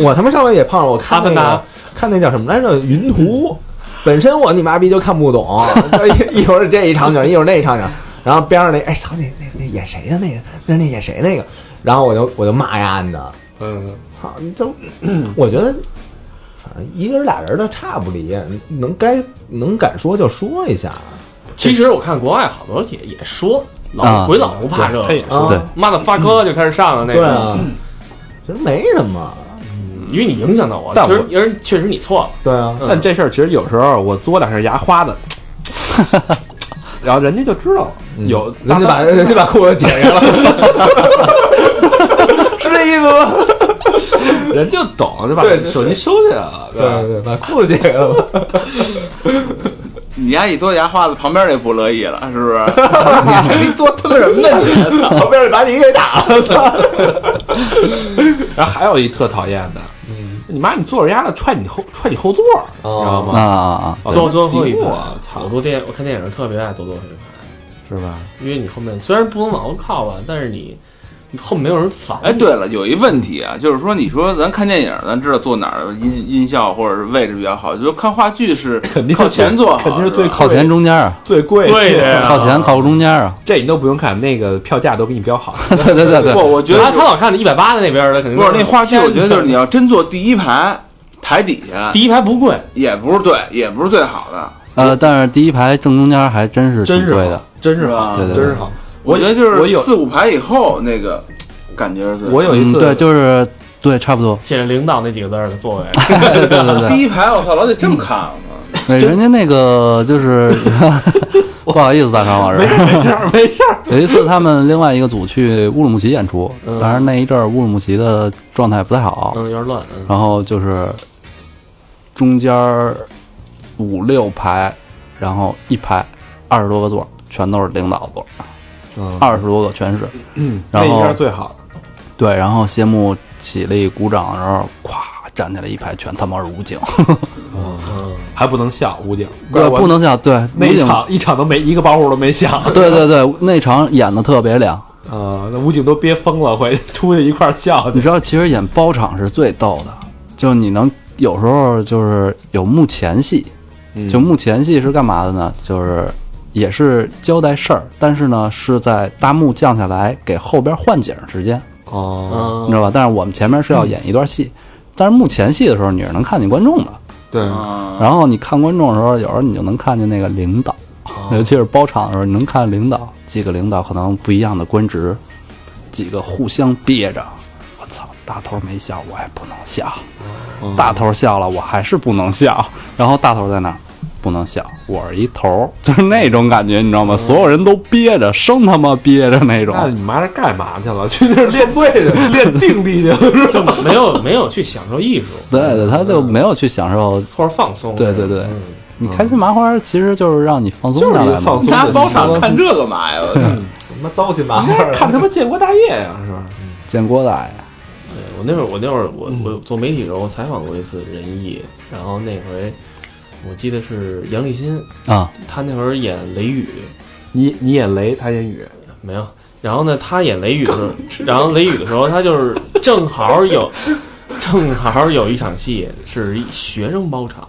我他妈上回也碰上，我看阿那凡个达看那叫什么来着《云图》，本身我你妈逼就看不懂， 一一会儿这一场景，一会儿那一场景，然后边上那哎操那那那演谁的那个，那那演谁那个，然后我就我就骂呀你的，嗯，操你都，我觉得反正一个人俩人的差不离，能该能敢说就说一下，啊其实我看国外好多也也说，老啊鬼佬不怕这他也个，是，啊对妈的发哥就开始上了那对个，啊，其实没什么，因为你影响到我，但其我实而确实你错了，对啊，但这事儿其实有时候我嘬两下牙花子，然后人家就知道了。有嗯人家把人家把裤子解开了，是这意思吗？人就懂，就把对对手机收啊起来了。 对啊对对，把裤子解开了。你丫一嘬牙花子，旁边儿也不乐意了，是不是？你嘬他妈什么呢？你操！ 旁边把你给打了，然后还有一特讨厌的，嗯，你妈，你坐着丫的踹你后踹你后座，你知哦道啊吗？啊哦啊！坐坐后一排。我啊操我，坐电，我看电影特别爱坐坐后一排，是吧？因为你后面虽然不能往后靠吧，但是你你后面没有人烦。 哎，，对了，有一问题啊，就是说，你说咱看电影，咱知道坐哪儿音音效或者是位置比较好，就是看话剧是肯定是靠前坐好，肯定是最吧靠前中间啊，最贵对的呀靠前靠中间啊，这你都不用看，那个票价都给你标好。 对对对对不，，我觉他得他老看那一百八的那边儿的，肯定不是那话剧，我觉得就是你要要真坐第一排台底下，第一排不贵，。也不是对，也不是最好的。呃，但是第一排正中间还真是真挺是贵的好，真是好，吧对对真是好。我觉得就我是有四五排以后那个感觉是最好的。我有一嗯，次对，就是对，差不 多写着领导那几个字儿的座位，对对对对第一排，我操，老得这么看啊。对，人家那个就是 不好意思，大长老师，没事 儿没事儿，有一次他们另外一个组去乌鲁木齐演出，嗯当然那一阵儿乌鲁木齐的状态不太好，嗯，有点乱，嗯，然后就是中间儿五六排，然后一排二十多个座儿，全都是领导座嗯，二十多个全是。那然嗯一下后最好。对，然后谢幕起立鼓掌的时候，咵站起来一排，全他妈是武警，还不能笑，武警，对，呃不能能笑，对，武那一警，场一场都没一个包袱都没响。对对对，那场演的特别亮。啊， 那武警都憋疯了，回去 出去一块儿笑你去。知道，其实演包场是最逗的，就你能有时候就是有幕前戏，嗯就幕前戏是干嘛的呢？就是也是交代事儿，但是呢是在大幕降下来给后边换景时间，哦，嗯，你知道吧？但是我们前面是要嗯演一段戏，但是幕前戏的时候你是能看见观众的，对，啊，然后你看观众的时候，有时候你就能看见那个领导，哦尤其是包场的时候，你能看领导几个领导可能不一样的官职，几个互相憋着。我操，大头没笑，我也不能笑；哦大头笑了，我还是不能笑。然后大头在那儿不能笑，我是一头， 就是那种感觉，你知道吗？所有人都憋着，生他妈憋着那种。哦那你妈是干嘛去了？去 那儿练醉去，练定力去。嗯就没有没有去享受艺术对嗯对，他就没有去享受。或者放松，对对对嗯你开心麻花其实就是让你放松就是下一个来放嘛 松。大家包场看这干嘛呀？我操他妈糟心吧？ 看他妈建国大业呀，是吧？见郭大爷，对嗯我那会儿，我那会儿，我我做媒体的时候，我采访过一次仁义，然后那回我记得是杨立新，啊，他那会儿演雷雨，你你演雷，他演雨，没有。然后呢，他演雷雨的时候，然后雷雨的时候，他就是正好有， 正好有一场戏是一学生包场。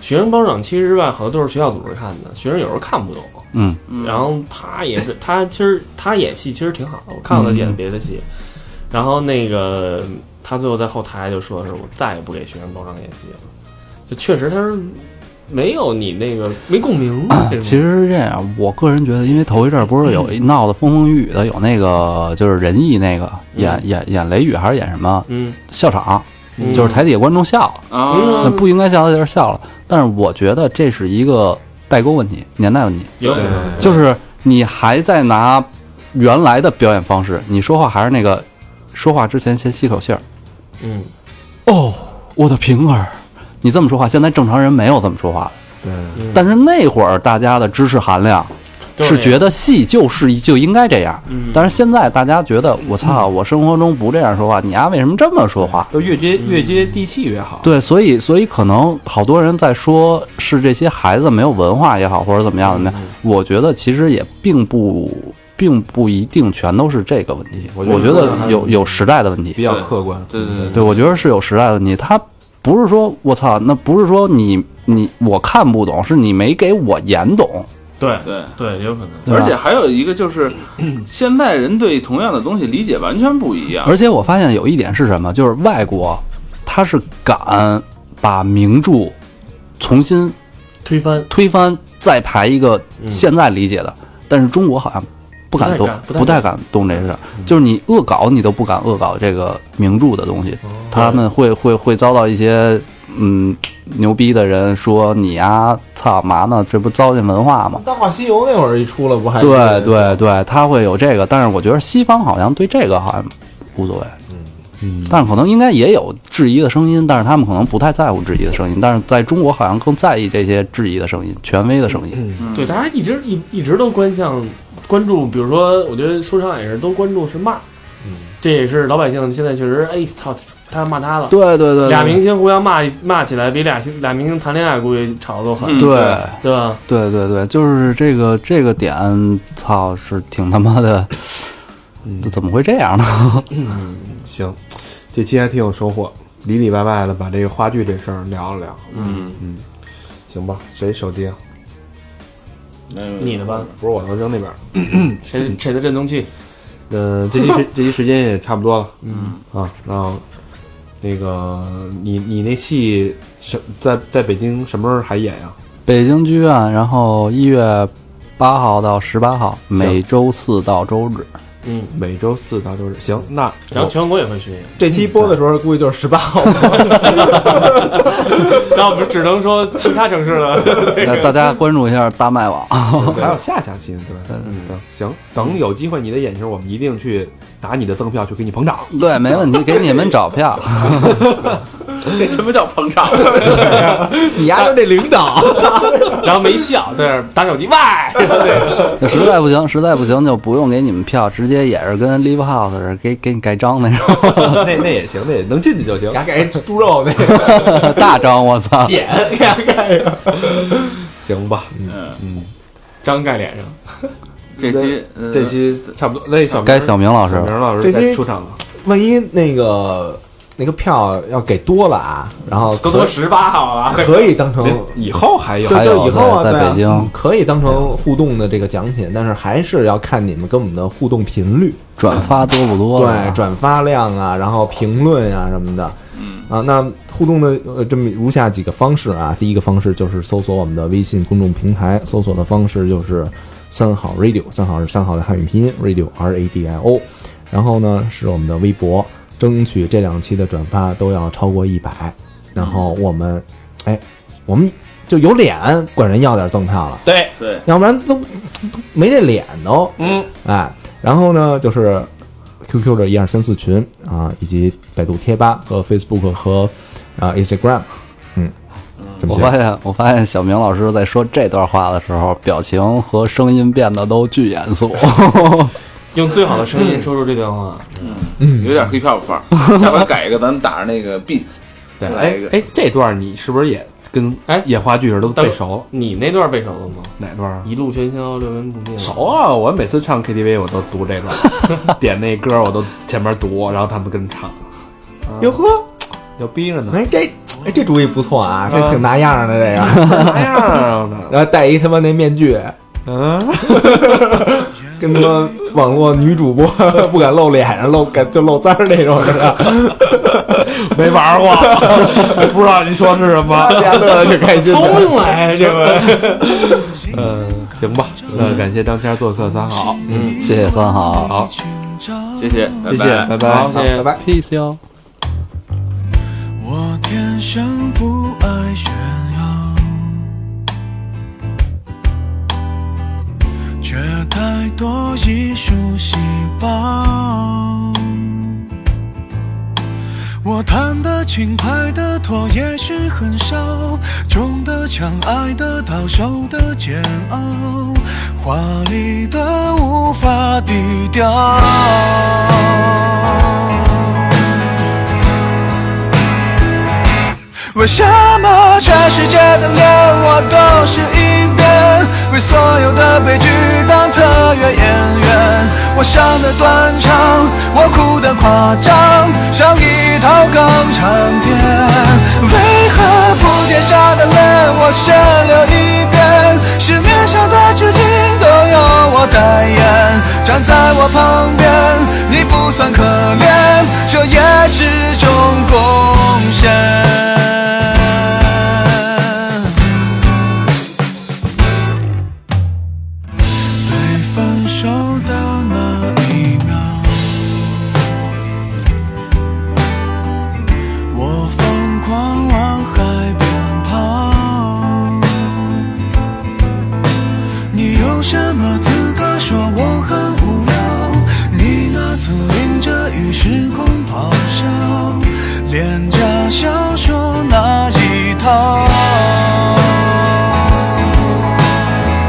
学生包场其实吧，好多都是学校组织看的，学生有时候看不懂。嗯嗯然后他也是，他其实他演戏其实挺好的，我看过他演别的戏。然后那个他最后在后台就说：“是我再也不给学生包场演戏了。”就确实他是没有你那个没共鸣。这种啊其实是这样，我个人觉得，因为头一阵儿不是有一闹得风风雨雨的，有那个就是仁义那个演演演雷雨还是演什么嗯，笑场，嗯就是台底下观众笑了，啊，那不应该笑的就是笑了。但是我觉得这是一个代沟问题、年代问题，有对就是你还在拿原来的表演方式，你说话还是那个说话之前先吸口气儿。嗯，哦，我的平儿，你这么说话，现在正常人没有这么说话了。对，嗯但是那会儿大家的知识含量就是是觉得戏就是就应该这样，嗯但是现在大家觉得我操，我生活中不这样说话，你丫、为什么这么说话？就越接越接地气越好。对，所以所以可能好多人在说是这些孩子没有文化也好，或者怎么样怎么样，嗯我觉得其实也并不并不一定全都是这个问题，我我觉得觉得有有时代的问题比。较客观，对对对对，我觉得是有时代的问题，他不是说我操，那不是说你你我看不懂，是你没给我演懂。对对。对，有可能。对吧而且还有一个就是，现在人对同样的东西理解完全不一样。而且我发现有一点是什么，就是外国他是敢把名著重新推翻，推翻，再排一个嗯现在理解的，但是中国好像不敢不太动敢，嗯不太不太敢动这事儿，就是你恶搞你都不敢恶搞这个名著的东西，哦他们会会会遭到一些嗯牛逼的人说你呀操嘛呢，这不糟践文化吗？ 《大话西游》那会儿一出来，不哎还对对对，他会有这个，但是我觉得西方好像对这个好像无所谓。嗯，但可能应该也有质疑的声音，但是他们可能不太在乎质疑的声音，但是在中国好像更在意这些质疑的声音、权威的声音。对，大家一直一一直都关向关注，比如说，我觉得说唱也是都关注是骂，嗯，这也是老百姓现在确实，哎操，他骂他了，对对对对，俩明星互相骂骂起来，比俩俩明星谈恋爱估计吵得都狠，嗯对对吧？对对对，就是这个这个点，操，是挺他妈的，这怎么会这样呢？ 行，这期还挺有收获，里里外外的把这个话剧这事儿聊了聊，嗯，行吧？谁手机啊？你的吧，不是我，能扔那边。谁谁的振动器？ 嗯，这期时这期时间也差不多了，嗯啊，那那个你你那戏什在在北京什么时候还演啊呀、北京剧院，然后一月八号到十八号，每周四到周日。嗯，每周四到周日。行，那然后全国也会巡演，这期播的时候，估计就是十八 号。然后我们只能说其他城市 了，那大家关注一下大麦网。 还有下下期呢，对吧？嗯，等行，等有机会你的演时候，我们一定去拿你的赠票去给你捧场。对，没问题，给你们找票。 这他妈叫捧场，你丫就这领导，然后没笑，在那儿打手机，喂，那实在不行，实在不行就不用给你们票，直接也是跟 Live House 似的给给你盖章那种 那那也行，那也能进去就行。丫给人猪肉那个 大章，我操！点，丫给 人行吧，张盖脸上， 这期呃这期差不多。那小明该小明老师小明老师这该期出场了。万一那个那个票要给多了啊，然后都可他妈十八号啊了，可以当成别以后还有对，还有就以后啊，在对啊在北京嗯可以当成互动的这个奖品，但是还是要看你们跟我们的互动频率，转发多不多？对，转发量啊，然后评论啊什么的，嗯啊，那互动的呃这么如下几个方式啊，第一个方式就是搜索我们的微信公众平台，搜索的方式就是三好 radio，三好是三好的汉语拼音 radio r a d i o，然后呢是我们的微博，争取这两期的转发都要超过一百，然后我们，哎，我们就有脸管人要点赠票嗯了，对，对要不然都没这脸都，嗯，哎，然后呢就是 QQ 的一二三四群啊，以及百度贴吧和 Facebook 和啊 Instagram，嗯，这么我些发现，我发现小明老师在说这段话的时候，表情和声音变得都巨严肃。用最好的声音说出这段话，有点黑票范儿，下回改一个，咱们打着那个 beat，对，来哎一个哎，这段你是不是也跟哎演话剧似的都等背熟了。你那段背熟了吗？哪段啊？一路喧嚣，六根不 灭。熟啊！我每次唱 KTV 我都读这段， 点那歌我都前面读，然后他们跟着唱，哟呵，要逼着呢。哎这哎这主意不错啊，这挺拿样的这个。啥样啊？ 然后戴一他妈那面具，嗯， 跟他妈网络女主播 不敢露脸，露敢就露腮儿那种似的，没玩过，不知道你说是什 么。大家乐的挺开心的。明来这回。嗯，行吧，那感谢张谦做客三好，谢谢三好好，谢谢，拜谢谢，拜拜好，谢谢。拜拜。 ，peace 哟。我天生不爱炫耀，却太多艺术细胞。我弹的轻，拍的拖，也许很少；中的强，爱的到，受的煎熬，华丽的无法低调。为什么全世界的脸我都是一遍？为所有的悲剧当特约演员，我伤得断肠，我哭得夸张，像一套港产片。为何铺天下的泪我先流一遍？市面上的纸巾都由我代言，站在我旁边，你不算可怜，这也是种贡献。被分手的那一秒，我疯狂往海边跑。你有什么资格说我很无聊？你那曾淋着雨时空咆哮，廉价小说那一套。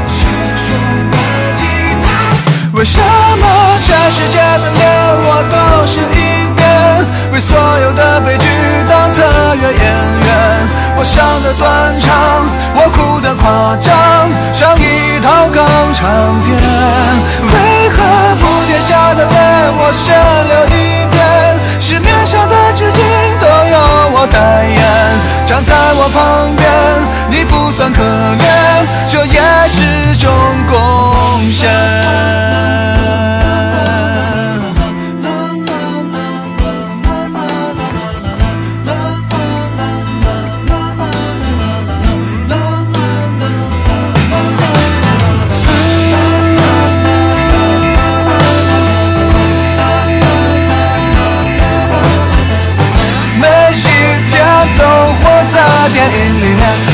谁说那一套？为什么全世界的脸我都是一遍？为所有的悲剧当特约演员，我伤得断肠，我哭得夸张，像一套港产片。为何铺天下的泪我先流一遍？市面上的纸巾都由我代言，站在我旁边，你不算可怜，这也是种贡献。每一天都活在电影里面，